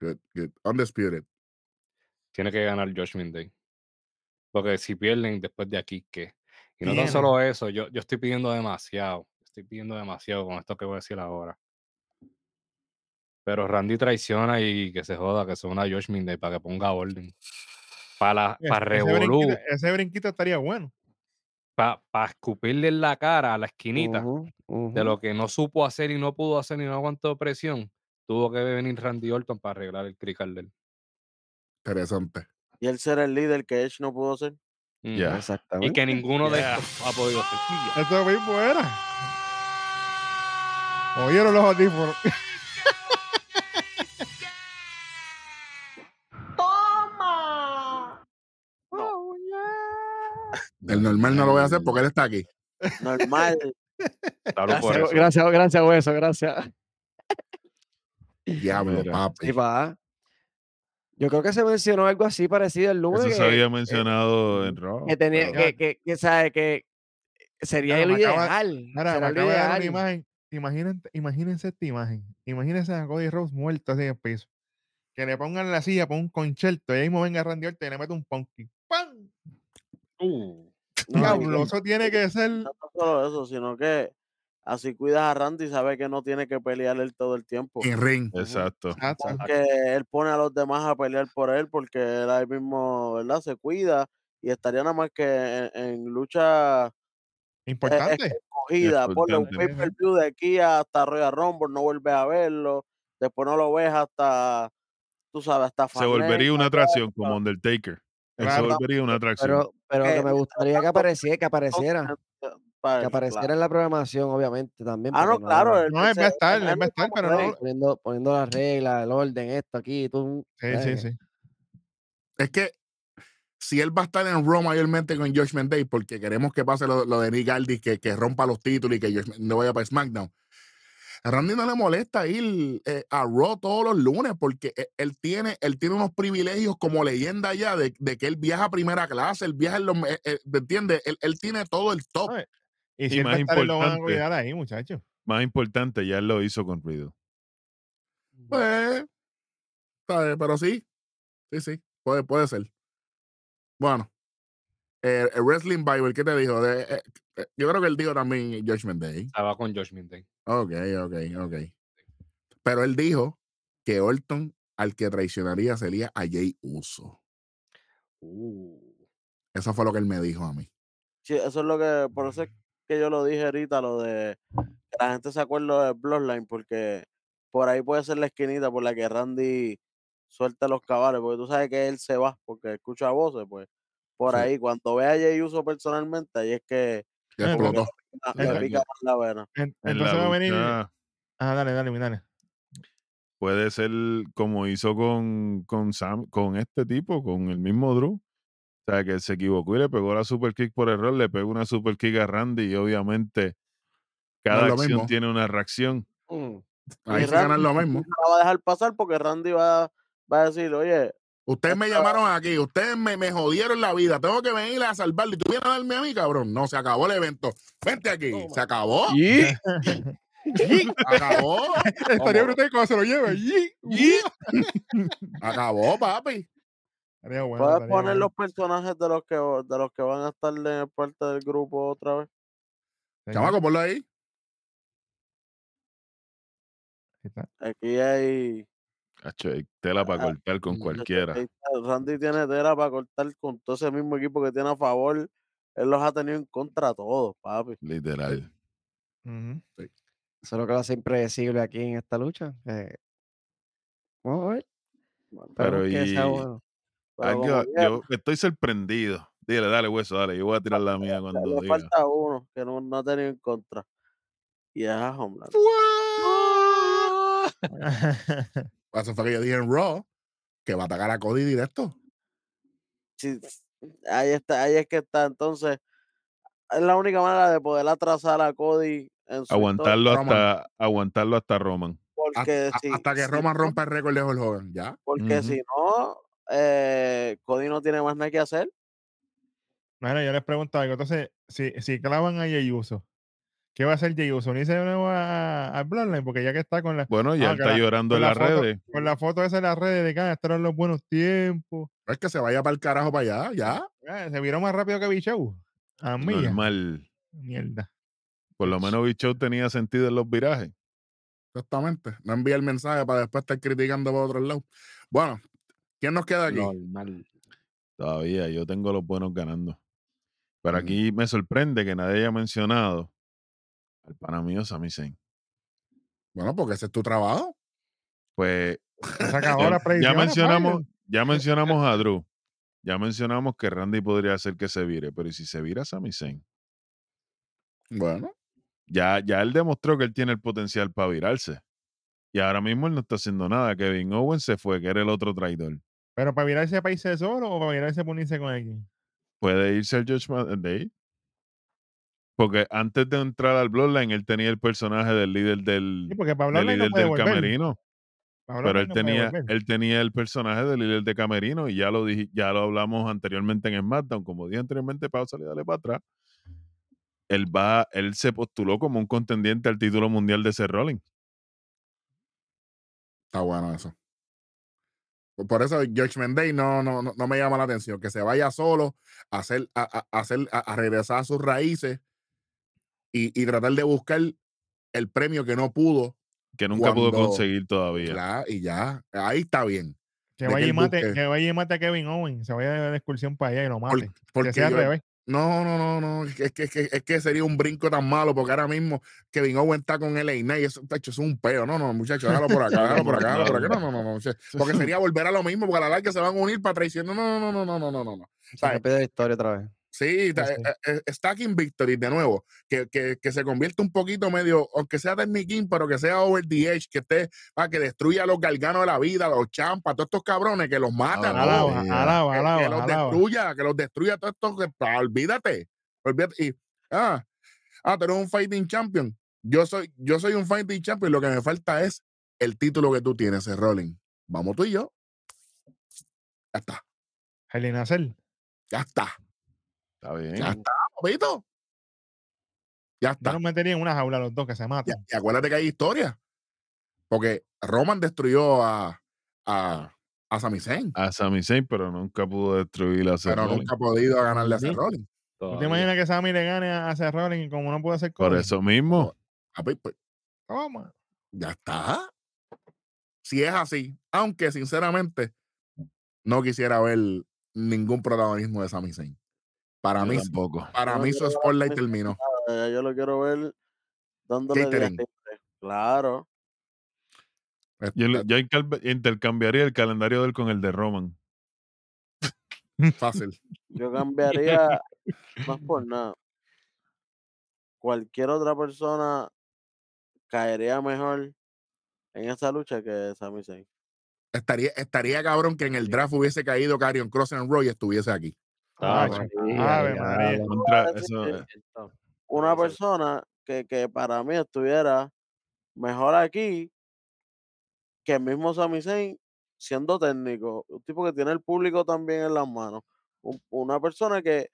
S1: good. Undisputed.
S3: Tiene que ganar Judgment Day. Porque si pierden después de aquí, ¿qué? Y no tan
S2: Tienen.
S3: solo eso, yo, yo estoy pidiendo demasiado. Estoy pidiendo demasiado con esto que voy a decir ahora. Pero Randy traiciona y que se joda, que suena Judgment Day para que ponga orden. Para,
S2: Ese-
S3: para
S2: ese brinquito-
S3: revolú,
S2: Ese brinquito estaría bueno.
S3: para escupirle en la cara a la esquinita.
S5: Ujú,
S3: de
S5: ujú.
S3: lo que no supo hacer y no pudo hacer y no aguantó presión, tuvo que venir Randy Orton para arreglar el crical del.
S1: Interesante.
S7: Y él ser el líder que Edge no pudo ser.
S6: Ya.
S5: Exactamente.
S3: Mm. Y que ninguno de estos ha podido hacer.
S2: Esto mismo era. Oyeron los audífonos.
S4: Toma.
S1: El normal no lo voy a hacer porque él está aquí.
S7: Normal.
S3: Salud por
S5: Gracias,
S3: eso.
S5: gracias, gracias, hueso, gracias.
S1: Diablo,
S6: Mira.
S1: papi.
S5: Sí, pa. Yo creo que se mencionó algo así parecido el lunes.
S6: Eso se
S2: eh,
S5: que-
S6: había mencionado en Raw.
S5: que tenía
S6: pero-
S5: que, que, que sabe que eh, sería
S2: Claro,
S5: el
S2: me acaba-
S5: ideal.
S2: Ahora, me
S5: será el
S2: acaba de dar una
S5: ideal.
S2: imagen. Imagínate- imagínense esta imagen. Imagínense a Cody Rhodes muerto así en el piso. Que le pongan la silla para un concierto y ahí mismo venga Randy Orton y le mete un punky. ¡Pam!
S3: Uh,
S7: No, y
S2: Diablo,
S7: que-
S2: eso tiene que ser.
S7: no tan solo eso, sino que así cuidas a Randy y sabe que no tiene que pelear él todo el tiempo.
S1: En ring.
S6: Exacto.
S2: Exacto.
S7: Porque él pone a los demás a pelear por él, porque él ahí mismo, ¿verdad? Se cuida y estaría nada más que en, en lucha
S2: Importante.
S7: cogida. Ponle un
S6: Importante.
S7: pay per view de aquí hasta Royal Rumble, no vuelves a verlo. Después no lo ves hasta, tú sabes, hasta
S6: Se
S7: Fastlane,
S6: volvería una atracción como
S7: Claro.
S6: Undertaker. Él se
S2: Claro.
S6: volvería una atracción.
S5: Pero, pero que
S7: Eh,
S5: me
S7: mientras
S5: gustaría que
S7: tanto,
S5: apareciera, que apareciera, que
S7: para él, claro.
S5: apareciera en la programación, obviamente, también.
S7: Ah, no,
S5: porque
S7: claro. él
S2: No, él
S7: se-
S2: va a estar,
S7: él
S2: él va a estar,
S7: como
S2: pero
S7: puede.
S2: no.
S5: Poniendo, poniendo las reglas, el orden, esto aquí, tú.
S2: Sí, sí,
S5: ¿sabes?
S2: sí.
S1: Es que si él va a estar en Raw mayormente con Judgment Day, porque queremos que pase lo, lo de Nick Aldis, que, que rompa los títulos y que Judgment- no vaya para SmackDown. A Randy no le molesta ir eh, a Raw todos los lunes porque e- él tiene, él tiene unos privilegios como leyenda ya de, de que él viaja a primera clase, él viaja en los... eh, eh, ¿Me entiendes? Él, él tiene todo el top.
S2: Ay, Y
S6: Y
S2: si él va
S6: más
S2: a estar, él lo van a
S6: importante.
S2: cuidar ahí, muchachos.
S6: Más importante, ya él lo hizo con Riddle.
S1: Pues, está bien, pero sí, sí, sí, puede, puede ser. Bueno, eh, el Wrestling Bible, ¿qué te dijo? De- eh, eh, yo creo que él dijo también Judgment Day.
S3: se va con Judgment Day.
S1: Ok, ok, ok. Pero él dijo que Orton al que traicionaría sería a Jay Uso.
S3: Uh,
S1: Eso fue lo que él me dijo a mí.
S7: Sí, eso es lo que, por eso es que yo lo dije ahorita, lo de que la gente se acuerda de Bloodline, porque por ahí puede ser la esquinita por la que Randy suelta los cabales, porque tú sabes que él se va, porque escucha voces, pues. Por
S1: Sí.
S7: ahí, cuando ve a Jay Uso personalmente, ahí es que
S1: Ya
S2: Ah,
S1: explotó.
S7: la-
S2: Él
S7: le
S2: va-
S7: pica más la vena.
S2: En-
S6: En
S2: Entonces va
S6: la
S2: a venir.
S6: lucha
S2: Ah, dale, dale, mi, dale.
S6: puede ser como hizo con, con Sam, con este tipo, con el mismo Drew. O sea, que se equivocó y le pegó la super kick por error, le pegó una super kick a Randy y obviamente cada
S1: es lo
S6: acción
S1: mismo.
S6: tiene una reacción.
S5: Mm.
S1: Ahí
S7: Y
S1: se ganan
S7: Randy
S1: lo mismo.
S7: La va a dejar pasar porque Randy va, va a decir, oye,
S1: Ustedes me llamaron aquí, ustedes me, me jodieron la vida. Tengo que venir a salvarlo. ¿Y tú vienes a darme a mí, cabrón? No, se acabó el evento. Vente
S2: Oh,
S1: aquí. Se acabó. Acabó.
S2: Estaría brutal cuando se lo lleve. Yi,
S1: Y- Acabó, papi.
S2: Estaría bueno,
S7: ¿puedes
S2: estaría
S7: poner
S2: bueno.
S7: los personajes de los que de los que van a estar en parte del grupo otra vez?
S2: Señor,
S1: Chamaco, ponlo ahí.
S2: ahí está.
S7: Aquí hay.
S6: Cacho, hay tela para
S7: Ah, eh,
S6: cortar con
S1: mm,
S6: cualquiera.
S7: Ahí está, Randy tiene tela para cortar con todo ese mismo equipo que tiene a favor. Él los ha tenido en contra a todos, papi.
S6: Literal.
S2: Ujú.
S5: Eso es lo que lo hace impredecible aquí en esta lucha. eh, vamos a ver.
S7: Bueno,
S6: Pero
S5: esperemos que sea
S6: y-
S5: bueno.
S7: pero
S6: Algo-
S7: como quiera,
S6: yo estoy sorprendido. Dile, dale, hueso, dale. Yo voy a tirar la mía
S7: le-
S6: cuando
S7: le
S6: diga.
S7: falta uno que no, no ha tenido en contra. Y es a Homeland.
S3: Ah,
S1: Eso fue que yo dije en Raw que va a atacar a Cody directo.
S7: Sí, ahí está, ahí es que está. Entonces, es la única manera de poder atrasar a Cody en su historia,
S6: Aguantarlo
S1: Roman.
S6: hasta, aguantarlo hasta Roman.
S7: Porque
S1: Hasta,
S7: si-
S1: hasta que
S7: si
S1: Roman
S7: no-
S1: rompa el récord de Hulk Hogan. Ya.
S7: Porque
S6: Ujú.
S7: si no, eh, Cody no tiene más nada que hacer.
S2: Bueno, yo les pregunto algo. Entonces, si, si clavan a Jey Uso, ¿qué va a hacer Jey Uso? ¿Unirse de nuevo a, a Bloodline? Porque ya que está con la,
S6: Bueno, ya
S2: Ah,
S6: él
S2: que
S6: está
S2: la-
S6: llorando
S2: con
S6: en
S2: la
S6: las
S2: foto-
S6: redes.
S2: con la foto esa en las redes de que estarán los buenos tiempos.
S1: No es que se vaya para el carajo para allá. Ya.
S2: Ah, se viró más rápido que Bichau. A mí.
S6: Normal.
S2: Mierda.
S6: Por lo menos Bichot tenía sentido en los virajes.
S1: Exactamente. No envía el mensaje para después estar criticando por otro lado. Bueno, ¿quién nos queda aquí?
S3: Normal.
S6: Todavía yo tengo los buenos ganando. Pero
S1: Ujú.
S6: aquí me sorprende que nadie haya mencionado al pana mío Sami Zayn.
S1: Bueno, porque ese es tu trabajo.
S6: Pues
S2: Se acabó
S6: ya,
S2: la predicción.
S6: ya mencionamos, ya mencionamos a Drew. Ya mencionamos que Randy podría hacer que se vire, pero ¿y si se vira Sami Zayn?
S1: Bueno,
S6: Ya, ya él demostró que él tiene el potencial para virarse. Y ahora mismo él no está haciendo nada. Kevin Owens se fue, que era el otro traidor.
S2: Pero para virarse a países solo o para virarse a unirse con alguien.
S6: puede irse al Judgment Day. Porque antes de entrar al Bloodline, él tenía el personaje del líder del,
S2: Sí, porque para
S6: del
S2: hablar no
S6: líder
S2: puede
S6: del
S2: volver.
S6: camerino.
S2: Pa'
S6: Pero
S2: Bloodline
S6: él
S2: no
S7: pues,
S2: puede
S6: tenía,
S2: volver.
S6: él tenía el personaje del líder de camerino y ya lo dije, ya lo hablamos anteriormente en SmackDown. Como dije anteriormente, pausa y dale para atrás. Él va, él se postuló como un contendiente al título mundial de Seth Rollins.
S1: está bueno eso. Por- Por eso Judgment Day no, no, no, no me llama la atención. Que se vaya solo a, hacer, a, a- a hacer, a, a regresar a sus raíces y, y tratar de buscar el premio que no pudo.
S6: Que nunca pudo
S1: Cuando-
S6: conseguir
S2: eh.
S6: todavía.
S1: Claro, y ya. Ahí está bien.
S2: Que
S1: de que
S2: vaya, y
S1: él
S2: mate,
S1: busque.
S2: que vaya y mate a Kevin Owen. Se vaya de excursión para allá y lo mate.
S1: Porque
S2: que sea al
S1: yo-
S2: revés.
S1: No, no, no, no. Es que, es, que, es que sería un brinco tan malo porque ahora mismo Kevin Owen está con LA Knight y eso, tacho, eso es un peo. No, no, muchachos, déjalo por acá, déjalo por acá, déjalo por acá. No, no, no, no. muchachos. Porque sería volver a lo mismo porque a la larga se van a unir para traicionar. No, no, no, no, no, no, no, no.
S5: Se
S1: Ay.
S5: repite la historia otra vez.
S1: Sí, ta-
S2: sí.
S1: eh, eh, Stacking Victory de nuevo, que, que, que se convierte un poquito medio, aunque sea Techniquín, pero que sea over the edge, que esté, ah, que destruya a los garganos de la vida, los champas, todos estos cabrones, que los mata a
S6: Ahora,
S1: todos
S2: Alaba,
S6: María.
S2: alaba,
S1: que- que,
S2: alaba,
S1: los
S2: alaba.
S1: destruya, que los destruya todo esto. que- ah, olvídate. olvídate. Y, ah, ah, tú eres un fighting champion. Yo soy, yo soy un fighting champion. Lo que me falta es el título que tú tienes, eh, Rolling. Vamos tú y yo. Ya está,
S2: Helen Hazel.
S1: ya está,
S6: Está bien.
S1: ya está, papito. Ya
S2: Yo
S1: está.
S2: los metería en una jaula los dos que se
S1: Y,
S2: matan.
S1: y acuérdate que hay historia. Porque Roman destruyó a, a, a Sami Zayn,
S6: A Sami Zayn, pero nunca pudo destruir a Seth
S1: pero
S6: Rollins.
S1: nunca ha podido ganarle a Seth
S2: Ujú.
S1: Rollins.
S2: ¿Tú te
S3: todavía.
S2: imaginas que Sammy le gane a, a Seth Rollins como no puede hacer
S6: Oh, Por
S2: Cody?
S6: eso mismo.
S1: Papi, pues,
S2: Toma.
S1: ya está. Si es así, aunque sinceramente no quisiera ver ningún protagonismo de Sami Zayn. Para
S6: Yo
S1: mí,
S6: tampoco.
S1: para
S7: Yo no
S1: mí
S7: quiero
S1: su
S7: ver a
S1: spotlight
S7: Sami
S1: terminó.
S7: Ah, Yo lo quiero ver dándole días
S1: Catering.
S7: libres. Claro.
S6: Yo, le-
S1: Está
S6: yo incal- intercambiaría el calendario de él con el de Roman.
S1: Fácil.
S7: Yo cambiaría más por nada. Cualquier otra persona caería mejor en esa lucha que Sami Zayn.
S1: Estaría, estaría cabrón que en el draft hubiese caído Carion Cross en Roy y estuviese aquí.
S3: Ah,
S2: Tacho.
S5: María,
S2: Ave María.
S5: diablo.
S6: Contra-
S7: decir
S6: eso,
S7: que-
S6: eh,
S7: Una
S3: Sami Zayn.
S7: persona que, que para mí estuviera mejor aquí que el mismo Sami Zayn siendo técnico. Un tipo que tiene el público también en las manos. un- una persona que,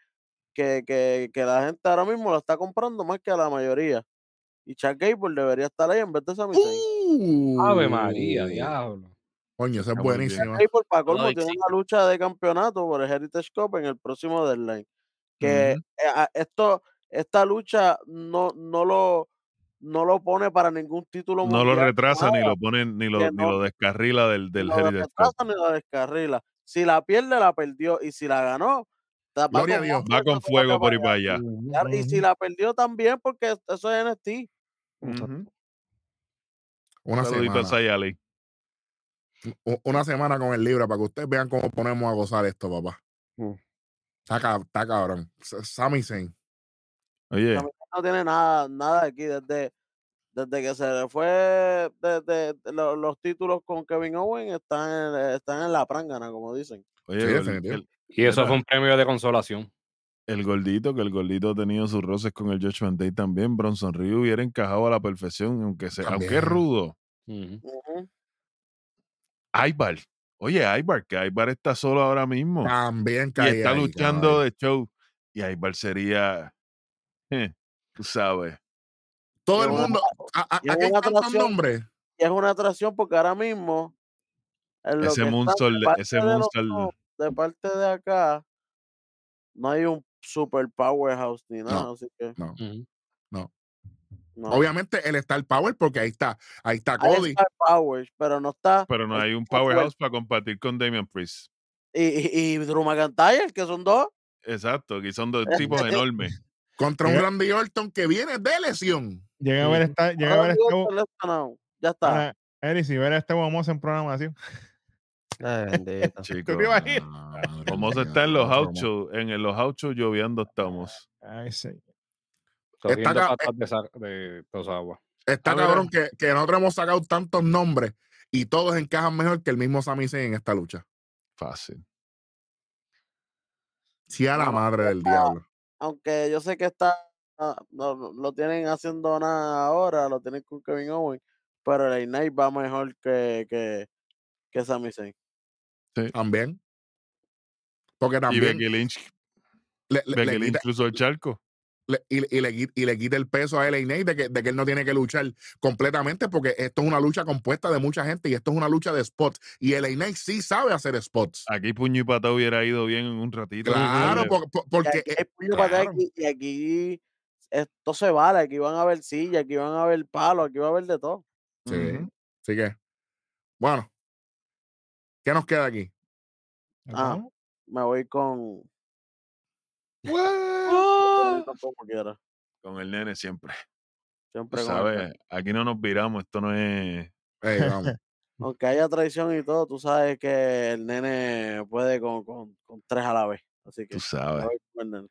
S7: que, que, que la gente ahora mismo la está comprando más que a la mayoría. Y Chuck Gable debería estar ahí en vez de Sami Zayn.
S3: Ave María, diablo.
S1: Coño, esa es
S6: Está muy bien.
S1: buenísima.
S7: Gable, para
S3: Lo
S7: colmo, tiene
S3: existe.
S7: una lucha de campeonato por el Heritage Cup en el próximo deadline. Que eh, a- esto, esta lucha no, no, lo, no lo pone para ningún título
S6: no lo
S7: mundial,
S6: retrasa ni
S7: nada.
S6: lo ponen ni
S7: Que
S6: lo, ni
S7: no-
S6: lo descarrila del, del
S7: ni lo
S6: Heritage Cup.
S7: retrasa ni lo descarrila. Si la pierde, la perdió. Y si la ganó, ta- va
S1: Gloria
S7: con
S1: a Dios.
S7: más
S6: Va
S7: fuerza
S6: con
S7: todavía
S6: fuego por
S7: para
S6: ahí para allá.
S7: Ya, Y si la perdió también, porque eso es NXT.
S6: Ujú.
S1: Una
S6: Saludito a
S1: semana,
S6: Sayali.
S1: u- una semana con el Libra para que ustedes vean cómo ponemos a gozar esto, papá.
S5: Mm.
S1: Está, cab- está cabrón. S- Sami Zayn.
S6: Oye,
S7: También no tiene nada, nada aquí desde, desde que se le fue desde, lo- los títulos con Kevin Owen están en, están en la prangana, como dicen.
S6: oye,
S1: Sí,
S6: gol-
S1: definitivo.
S6: el,
S3: Y eso
S6: Mira.
S3: fue un premio de consolación.
S6: el gordito, que el gordito ha tenido sus roces con el Josh Van Day también. Bronson Reed hubiera encajado a la perfección, aunque se, aunque es
S1: También.
S6: rudo.
S3: Ujú.
S7: Ujú.
S6: Aibar. Oye, Aibar, que Aibar está solo ahora mismo.
S1: También
S6: Oh. y
S1: caí
S6: está
S1: ahí,
S6: luchando
S1: caballo.
S6: de show. Y Aibar sería. eh, tú sabes.
S1: Todo el
S7: Y es una-
S1: mundo. a- a-
S7: y es
S1: Aquí hay
S7: una
S1: tantos
S7: atracción.
S1: nombres.
S7: Y es una atracción porque ahora mismo en lo
S6: Ese
S7: que están
S6: Moonsault
S7: de
S6: le-
S7: parte
S6: ese
S7: de los
S6: Moonsault-
S7: top, de parte de acá no hay un super powerhouse ni nada, así que
S3: Ujú.
S7: no.
S1: Obviamente el Star Power, porque ahí está. Ahí está
S7: Hay
S1: Cody.
S7: Star Powers, pero no está
S6: Pero no
S7: el
S6: hay un
S7: tipo fuerte.
S6: powerhouse para compartir con Damian Priest.
S7: y, y, y Drew McIntyre, que son dos.
S6: Exacto, aquí son dos tipos enormes.
S1: Contra un
S6: Eh.
S2: Llega-
S1: Randy Orton que viene de lesión.
S2: Llega a ver
S3: Ujú.
S2: esta, llega a
S7: Ahora
S2: ver este
S7: digo
S2: esta,
S7: que lesionado, Ya está.
S2: ahora, Eric, si ver a este famoso en programación.
S8: Ay, bendito.
S6: Chicos,
S2: te imaginas?
S1: Madre
S6: Como se
S1: mía,
S6: está en los
S1: otro mo-
S6: autos, en los autos lloviendo estamos.
S2: Ay, sí.
S3: Cogiendo
S1: ca-
S3: patas de, sa- de Tosagua.
S1: Está
S6: Ah, mira.
S1: cabrón que, que nosotros hemos sacado tantos nombres y todos encajan mejor que el mismo Sami Zayn en esta lucha.
S6: Fácil.
S1: Si a la
S7: Bueno,
S1: madre del
S7: está-
S1: diablo.
S7: Aunque yo sé que está ah, no, no- lo tienen haciendo nada ahora, lo tienen con Kevin Owens, pero el Night va mejor que, que, que Sami Zayn.
S1: También. Porque
S6: Y
S1: también
S6: Becky Lynch,
S1: le, le-
S6: Becky
S1: le
S6: Lynch
S1: quita,
S6: cruzó el charco.
S1: le- y, le- y le, quit- y le quita el peso a LA Knight de que, de que él no tiene que luchar completamente porque esto es una lucha compuesta de mucha gente y esto es una lucha de spots. Y LA Knight sí sabe hacer spots.
S6: Aquí puño y pata hubiera ido bien en un ratito.
S1: Claro,
S6: Pero-
S1: por- por-
S7: Y
S1: porque...
S7: aquí,
S1: eh,
S7: hay puño patada
S1: claro.
S7: aquí- y aquí esto se vale, aquí van a haber silla, aquí van a haber palo, aquí va a haber de todo.
S1: Sí.
S6: Ujú.
S1: Así que, bueno. ¿Qué nos queda aquí?
S7: Ah.
S2: ¿no?
S7: Me voy con. Como quiera.
S6: Con el nene siempre.
S7: Siempre con el
S6: ¿Sabes? Aquí no nos viramos, esto no es.
S1: Ey, vamos.
S7: Aunque haya traición y todo, tú sabes que el nene puede con, con, con tres a la vez. Así que
S6: Tú
S7: me
S6: sabes.
S7: voy con el nene.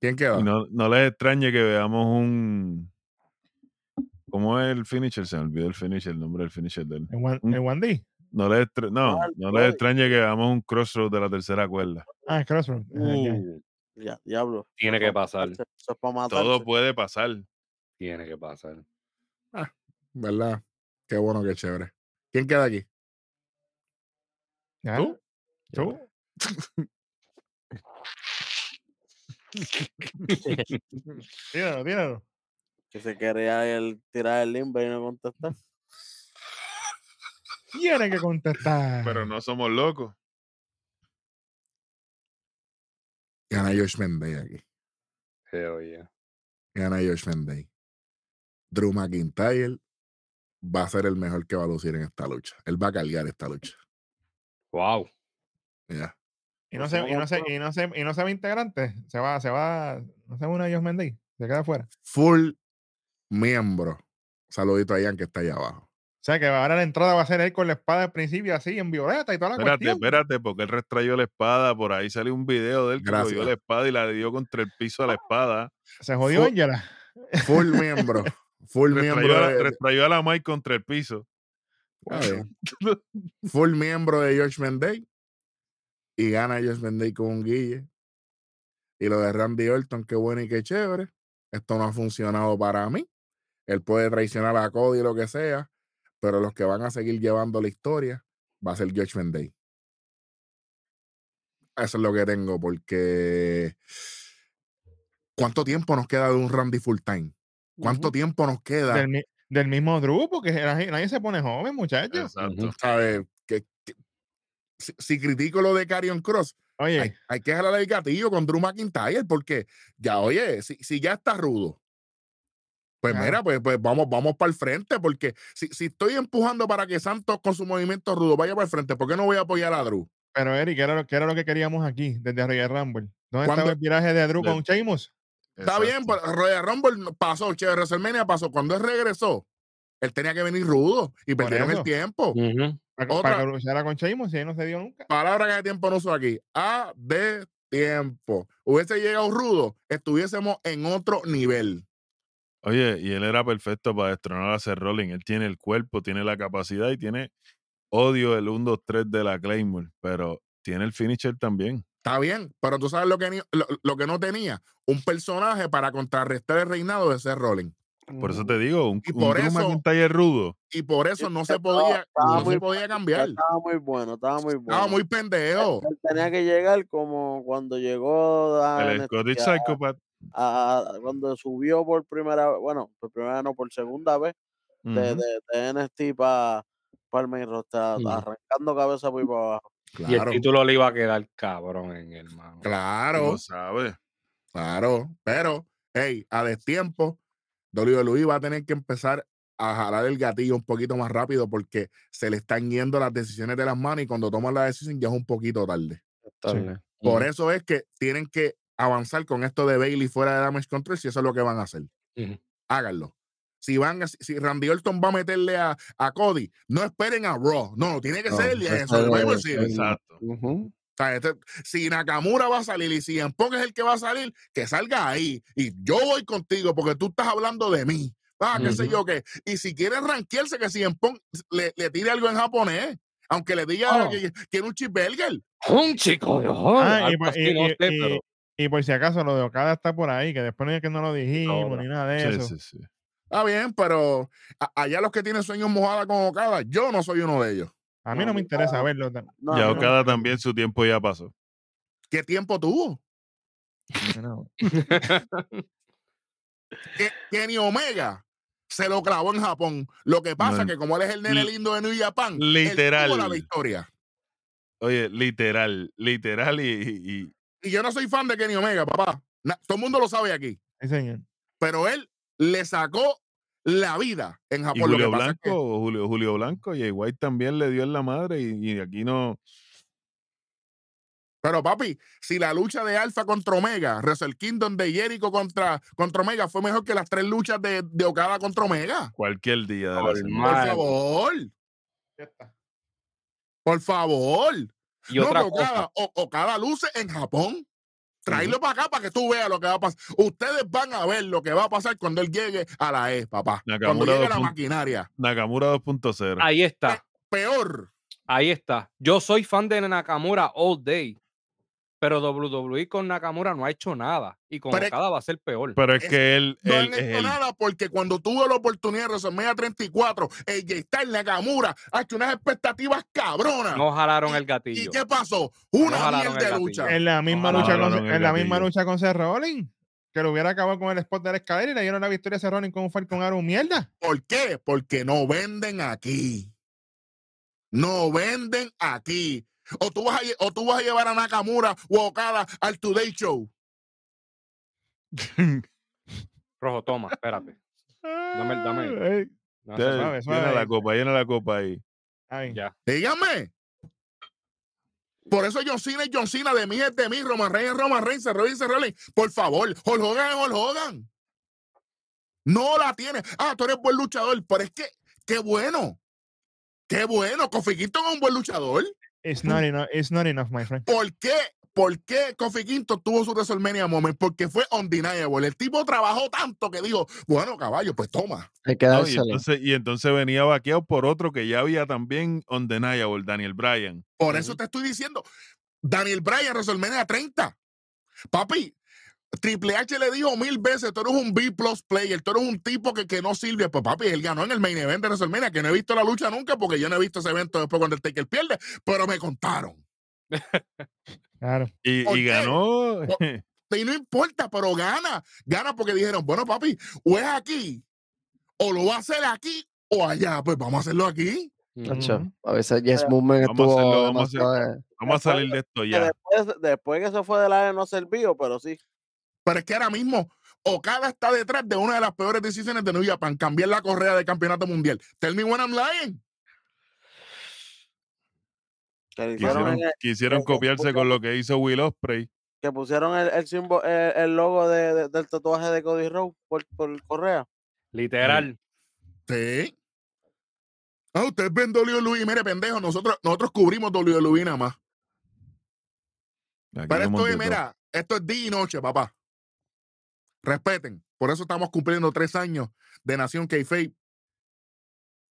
S1: ¿Quién queda?
S6: Y no, no les extrañe que veamos un. ¿Cómo es el finisher? Se me olvidó el finisher, el nombre del finisher del.
S2: El Wan-
S6: Un-
S2: el Wandy.
S6: No les, extra- no,
S7: Ah, el
S6: no
S7: Brody.
S6: les extrañe que hagamos un crossroad de la tercera cuerda.
S2: Ah, Crossroad.
S3: Uh,
S7: Ya, diablo.
S3: tiene que pasar.
S7: Eso es para matarse.
S6: Todo puede pasar.
S3: Tiene que pasar.
S1: ¿Verdad? Qué bueno, qué chévere. ¿Quién queda aquí?
S2: ¿Tú? ¿Tú? Tíralo, tíralo.
S7: Que se quería el, tirar el limbo y no contestar.
S2: Tiene que contestar.
S6: Pero no somos locos.
S1: Gana Josh Menday aquí.
S3: Hell yeah.
S1: Gana Josh Menday. Drew McIntyre va a ser el mejor que va a lucir en esta lucha. Él va a cargar esta lucha.
S3: Wow.
S1: Ya.
S2: Y no se, y no se, y no se, y no se va integrante. Se va, se va. No se va una de ellos Mendy. Se queda fuera.
S1: Full miembro. Saludito a Ian que está allá abajo.
S2: O sea que ahora la entrada va a ser él con la espada al principio, así, en violeta y toda la
S6: Espérate,
S2: cuestión.
S6: espérate, porque él restrayó la espada. Por ahí salió un video de él que cogió
S1: Gracias.
S6: la espada y la dio contra el piso a la espada.
S2: Se jodió
S1: Fu-
S2: Ángela.
S1: Full miembro. Full
S6: Restrayó
S1: miembro
S6: a, la,
S1: de, de-
S6: restrayó a la Mike contra el piso.
S1: está bien. Full miembro de Josh Menday. Y gana Josh Menday con un guille. Y lo de Randy Orton, qué bueno y qué chévere. Esto no ha funcionado para mí. Él puede traicionar a Cody, lo que sea, pero los que van a seguir llevando la historia va a ser Judgment Day. Eso es lo que tengo, porque ¿cuánto tiempo nos queda de un Randy full time? ¿Cuánto tiempo nos queda?
S2: Del, mi- del mismo grupo, porque nadie, nadie se pone joven, muchachos.
S6: Exacto.
S1: ¿Sabes? Que, que- si, si critico lo de Carion Cross,
S2: Oye,
S1: hay, hay que jalar el gatillo con Drew McIntyre, porque ya, oye, si, si ya está rudo, pues
S2: Claro.
S1: mira, pues, pues vamos, vamos para el frente, porque si, si estoy empujando para que Santos con su movimiento rudo vaya para el frente, ¿por qué no voy a apoyar a Drew?
S2: pero Eric, ¿qué era, lo- qué era lo que queríamos aquí desde Royal Rumble? ¿Dónde
S1: ¿Cuándo-
S2: estaba el viraje de Drew
S6: De-
S2: con Sheamus?
S1: Está bien, pero Royal Rumble pasó, che, WrestleMania pasó. Cuando él regresó, él tenía que venir rudo y
S2: Por
S1: perdieron el
S2: eso.
S1: tiempo.
S3: Ujú.
S2: Para, que-
S1: Otra.
S2: para que luchara con Sheamus, si ahí no se dio nunca.
S1: Palabra que de tiempo no uso aquí. A de tiempo. Hubiese llegado rudo, estuviésemos en otro nivel.
S6: Oye, y él era perfecto para destronar a Seth Rollins. Él tiene el cuerpo, tiene la capacidad y tiene odio el 1, 2, 3 de la Claymore, pero tiene el finisher también.
S1: Está bien, pero tú sabes lo que, ni- lo, lo que no tenía. Un personaje para contrarrestar el reinado de Seth Rollins.
S6: Por
S5: Mm,
S6: eso te digo, un,
S1: Y
S6: un
S1: por
S6: Drew
S1: eso-
S6: McIntyre rudo.
S1: Y por eso no se
S7: Estaba-
S1: podía,
S7: estaba
S1: no se
S7: muy-
S1: podía cambiar.
S7: Estaba muy bueno, estaba muy bueno.
S1: Estaba muy pendejo.
S7: Él tenía que llegar como cuando llegó a
S6: El
S7: NXT,
S6: Scottish
S7: a-
S6: Psychopath.
S7: a- a- cuando subió por primera vez, bueno, por primera no, por segunda vez de,
S6: Ujú. Mm.
S7: de- de NXT para el main roster, a-
S3: Ujú.
S7: arrancando cabeza por ahí para abajo.
S3: Y el
S1: Claro,
S3: título le iba a quedar cabrón en el mano.
S1: claro.
S6: Tú sabes.
S1: Claro, pero, hey, a destiempo, Dolio Luis va a tener que empezar a jalar el gatillo un poquito más rápido porque se le están yendo las decisiones de las manos y cuando toman la decisión ya es un poquito tarde.
S5: Dale.
S1: Por eso es que tienen que avanzar con esto de Bailey fuera de Damage Control si eso es lo que van a hacer.
S3: Ujú.
S1: Háganlo. Si, van a- si Randy Orton va a meterle a, a Cody, no esperen a Raw. No, tiene que
S6: No,
S1: ser el
S6: eso
S1: el Survivor
S5: es-
S1: Series. O
S6: Exacto.
S5: Ujú.
S1: sea, este- si Nakamura va a salir y si Pong es el que va a salir, que salga ahí. Y yo voy contigo porque tú estás hablando de mí. Ah, qué sé
S3: Ujú.
S1: yo qué. Y si quieren ranquearse, que si Pong le, le tire algo en japonés, aunque le diga
S3: Oh.
S1: que quiere un chipberger.
S3: Un chico de oro.
S2: Ah, y,
S3: algo
S2: pa-
S3: así,
S2: y-
S3: no
S2: y-
S3: sé,
S2: y-
S3: pero
S2: y por si acaso, lo de Okada está por ahí, que después no es que no lo dijimos
S3: Ahora.
S2: ni nada de
S6: Sí,
S2: eso.
S6: sí, sí.
S1: Está bien, pero a- allá los que tienen sueños mojadas con Okada, yo no soy uno de ellos.
S2: A mí
S7: No,
S2: no me interesa
S7: ah,
S2: verlo. tan-
S7: No,
S6: ya
S7: no,
S2: no.
S6: Okada también su tiempo ya pasó.
S1: ¿Qué tiempo tuvo?
S2: no.
S1: que Kenny Omega se lo clavó en Japón. Lo que pasa
S6: No,
S1: que como él es el nene
S6: li-
S1: lindo de New Japan, él
S6: literal.
S1: tuvo la victoria.
S6: Oye, literal, literal y, y- y
S1: Y yo no soy fan de Kenny Omega, papá. Na- todo el mundo lo sabe aquí.
S2: Sí, señor.
S1: Pero él le sacó la vida en
S6: Y
S1: Japón. Ah, Lo
S6: Julio
S1: que pasa es
S6: Blanco,
S1: que-
S6: Julio, Julio Blanco, y White también le dio en la madre y, y aquí no.
S1: pero papi, si la lucha de Alfa contra Omega, Wrestle Kingdom de Jericho contra, contra Omega fue mejor que las tres luchas de, de Okada contra Omega.
S6: Cualquier día de la
S3: Normal.
S1: Por
S6: semana.
S3: Mal.
S1: favor, por favor.
S3: y
S1: No,
S3: otra
S1: pero
S3: cosa.
S1: Okada, o, Okada luce en Japón. Tráelo para acá para que tú veas lo que va a pasar. Ustedes van a ver lo que va a pasar cuando él llegue a la E, papá. cuando
S6: Nakamura
S1: llegue la
S6: 2.0.
S1: maquinaria.
S6: Nakamura 2.0.
S3: Ahí está.
S1: Peor.
S3: Ahí está. Yo soy fan de Nakamura all day. Pero WWE con Nakamura no ha hecho nada. Y con
S1: Pero es-
S3: Okada va a ser peor.
S6: Pero es
S1: Es-
S6: que él,
S1: No
S6: él
S1: han
S6: es
S1: hecho
S6: el-
S1: nada porque cuando tuve la oportunidad de WrestleMania 34, AJ Styles, Nakamura, ha hecho unas expectativas cabronas.
S3: no jalaron el
S1: ¿Y
S3: gatillo.
S1: qué pasó?
S3: No
S1: Una
S3: jalaron
S1: mierda de
S3: el
S1: lucha.
S3: gatillo.
S2: En la misma
S3: no,
S2: lucha
S6: no,
S2: con,
S6: no, en el
S2: en la misma
S6: gatillo.
S2: lucha con Seth Rollins, que lo hubiera acabado con el spot de la escalera y le dieron la victoria a Seth Rollins con un Falcon Arrow mierda.
S1: ¿Por qué? Porque no venden aquí. No venden aquí. O tú vas a, lle- o tú vas a llevar a Nakamura o a Okada al Today Show.
S3: Rojo, toma, espérate.
S2: Dame,
S3: dame. No,
S6: Dale,
S3: eso-
S2: suave,
S6: llena la
S2: suave.
S6: copa, llena la copa ahí.
S3: ya.
S1: Díganme. Por eso John Cena es John Cena, de mí es de mí, Roman Reigns es Roman Reigns, Cerro es Cerro Por favor, Hulk Hogan es Hulk Hogan. No la tiene. Ah, tú eres buen luchador, pero es que, qué bueno. Qué bueno, Kofi Kingston es un buen luchador.
S2: It's not enough, it's not enough, my friend.
S1: ¿Por qué? ¿Por qué Kofi Kingston tuvo su WrestleMania moment? Porque fue undeniable. El tipo trabajó tanto que dijo, bueno, caballo, pues toma.
S5: Hay que
S6: No, y,
S5: dárselo.
S6: entonces, y entonces venía vaqueado por otro que ya había también on Undeniable, Daniel Bryan.
S1: Por eso te estoy diciendo, Daniel Bryan, WrestleMania 30. Papi, Triple H le dijo mil veces, tú eres un B plus player, tú eres un tipo que, que no sirve. Pues papi, él ganó en el main event de WrestleMania, que no he visto la lucha nunca porque yo no he visto ese evento después cuando el Taker pierde, pero me contaron.
S2: Claro.
S6: Y,
S1: ¿Por
S6: y
S1: qué?
S6: ganó.
S1: Y no importa, pero gana. Gana porque dijeron, bueno, papi, o es aquí, o lo va a hacer aquí o allá. Pues vamos a hacerlo aquí.
S5: Chacho,
S2: Ujú.
S5: A veces Yes
S7: Pero-
S5: Movement
S6: Vamos a
S5: estuvo
S6: hacerlo, vamos a hacer-
S5: demasiado de-
S6: Vamos a salir de esto
S7: Que
S6: ya.
S7: después, después que se fue del área no sirvió, pero sí.
S1: Pero es que ahora mismo Okada está detrás de una de las peores decisiones de New Japan, cambiar la correa del campeonato mundial. Tell me when I'm lying.
S7: Que le hicieron
S6: Quisieron,
S7: en el-
S6: quisieron
S7: en el-
S6: copiarse con lo que hizo Will Osprey
S7: que pusieron el, el, símbolo- el, el logo de- de- del tatuaje de Cody Rhodes por, por correa.
S3: Literal.
S1: Sí. Ah, ustedes ven WWE, mire, pendejo, nosotros, nosotros cubrimos WWE nada más.
S6: Aquí
S1: Pero
S6: vemos
S1: esto es,
S6: de todo.
S1: mira, esto es día y noche, papá. Respeten. Por eso estamos cumpliendo tres años de Nación Keife.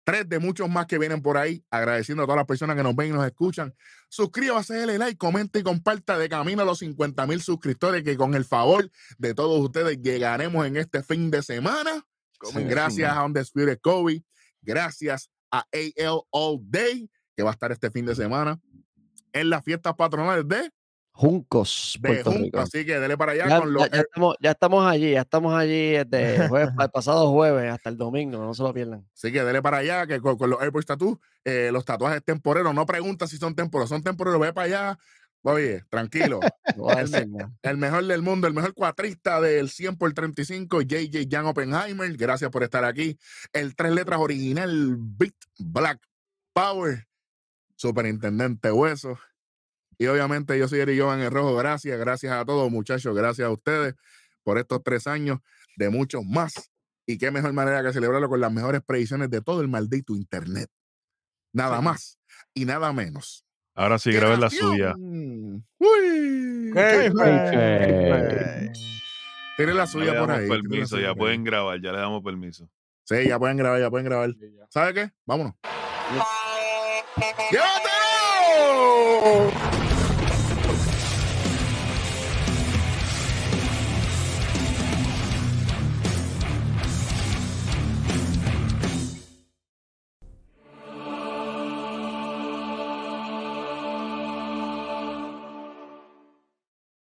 S1: Tres de muchos más que vienen por ahí. Agradeciendo a todas las personas que nos ven y nos escuchan. Suscríbase, dale like, comenta y comparta de camino a los 50 mil suscriptores que con el favor de todos ustedes llegaremos en este fin de semana.
S6: Sí,
S1: gracias
S6: sí.
S1: a Undisputed Kobe. Gracias a AL All Day, que va a estar este fin de semana en las fiestas patronales de
S5: Juncos,
S1: de
S5: Puerto
S1: junto,
S5: Rico.
S1: así que dele para allá
S5: Ya,
S1: con los
S5: ya- ya estamos, ya estamos allí, ya estamos allí desde jueves, pa- el pasado jueves hasta el domingo, no se lo pierdan.
S1: así que dele para allá que con, con los Airport Tattoo, eh, los tatuajes temporeros, no pregunta si son temporeros, son temporeros, ve para allá. Oye, tranquilo,
S5: No voy a
S1: Él me-
S5: decir nada.
S1: el mejor del mundo, el mejor cuatrista del 100 por 35, JJ Jan Oppenheimer, gracias por estar aquí. El tres letras original, Beat Black Power, Superintendente Hueso. Y obviamente yo soy Eri Jovan en Rojo, gracias, gracias a todos muchachos, gracias a ustedes por estos tres años de muchos más. Y qué mejor manera que celebrarlo con las mejores predicciones de todo el maldito Internet. Nada más y nada menos.
S6: Ahora sí,
S1: ¡Que
S6: graben la
S1: Nación!
S6: suya.
S1: ¡Uy!
S7: Hey,
S1: Tienen la
S6: Ya le
S1: suya por
S6: damos
S1: ahí. tienen la
S6: permiso,
S1: suya por
S6: ya
S1: ahí.
S6: pueden grabar, ya le damos permiso.
S1: Sí, ya pueden grabar, ya pueden grabar. ¿Sabe qué? Vámonos. ¡Llévatelo!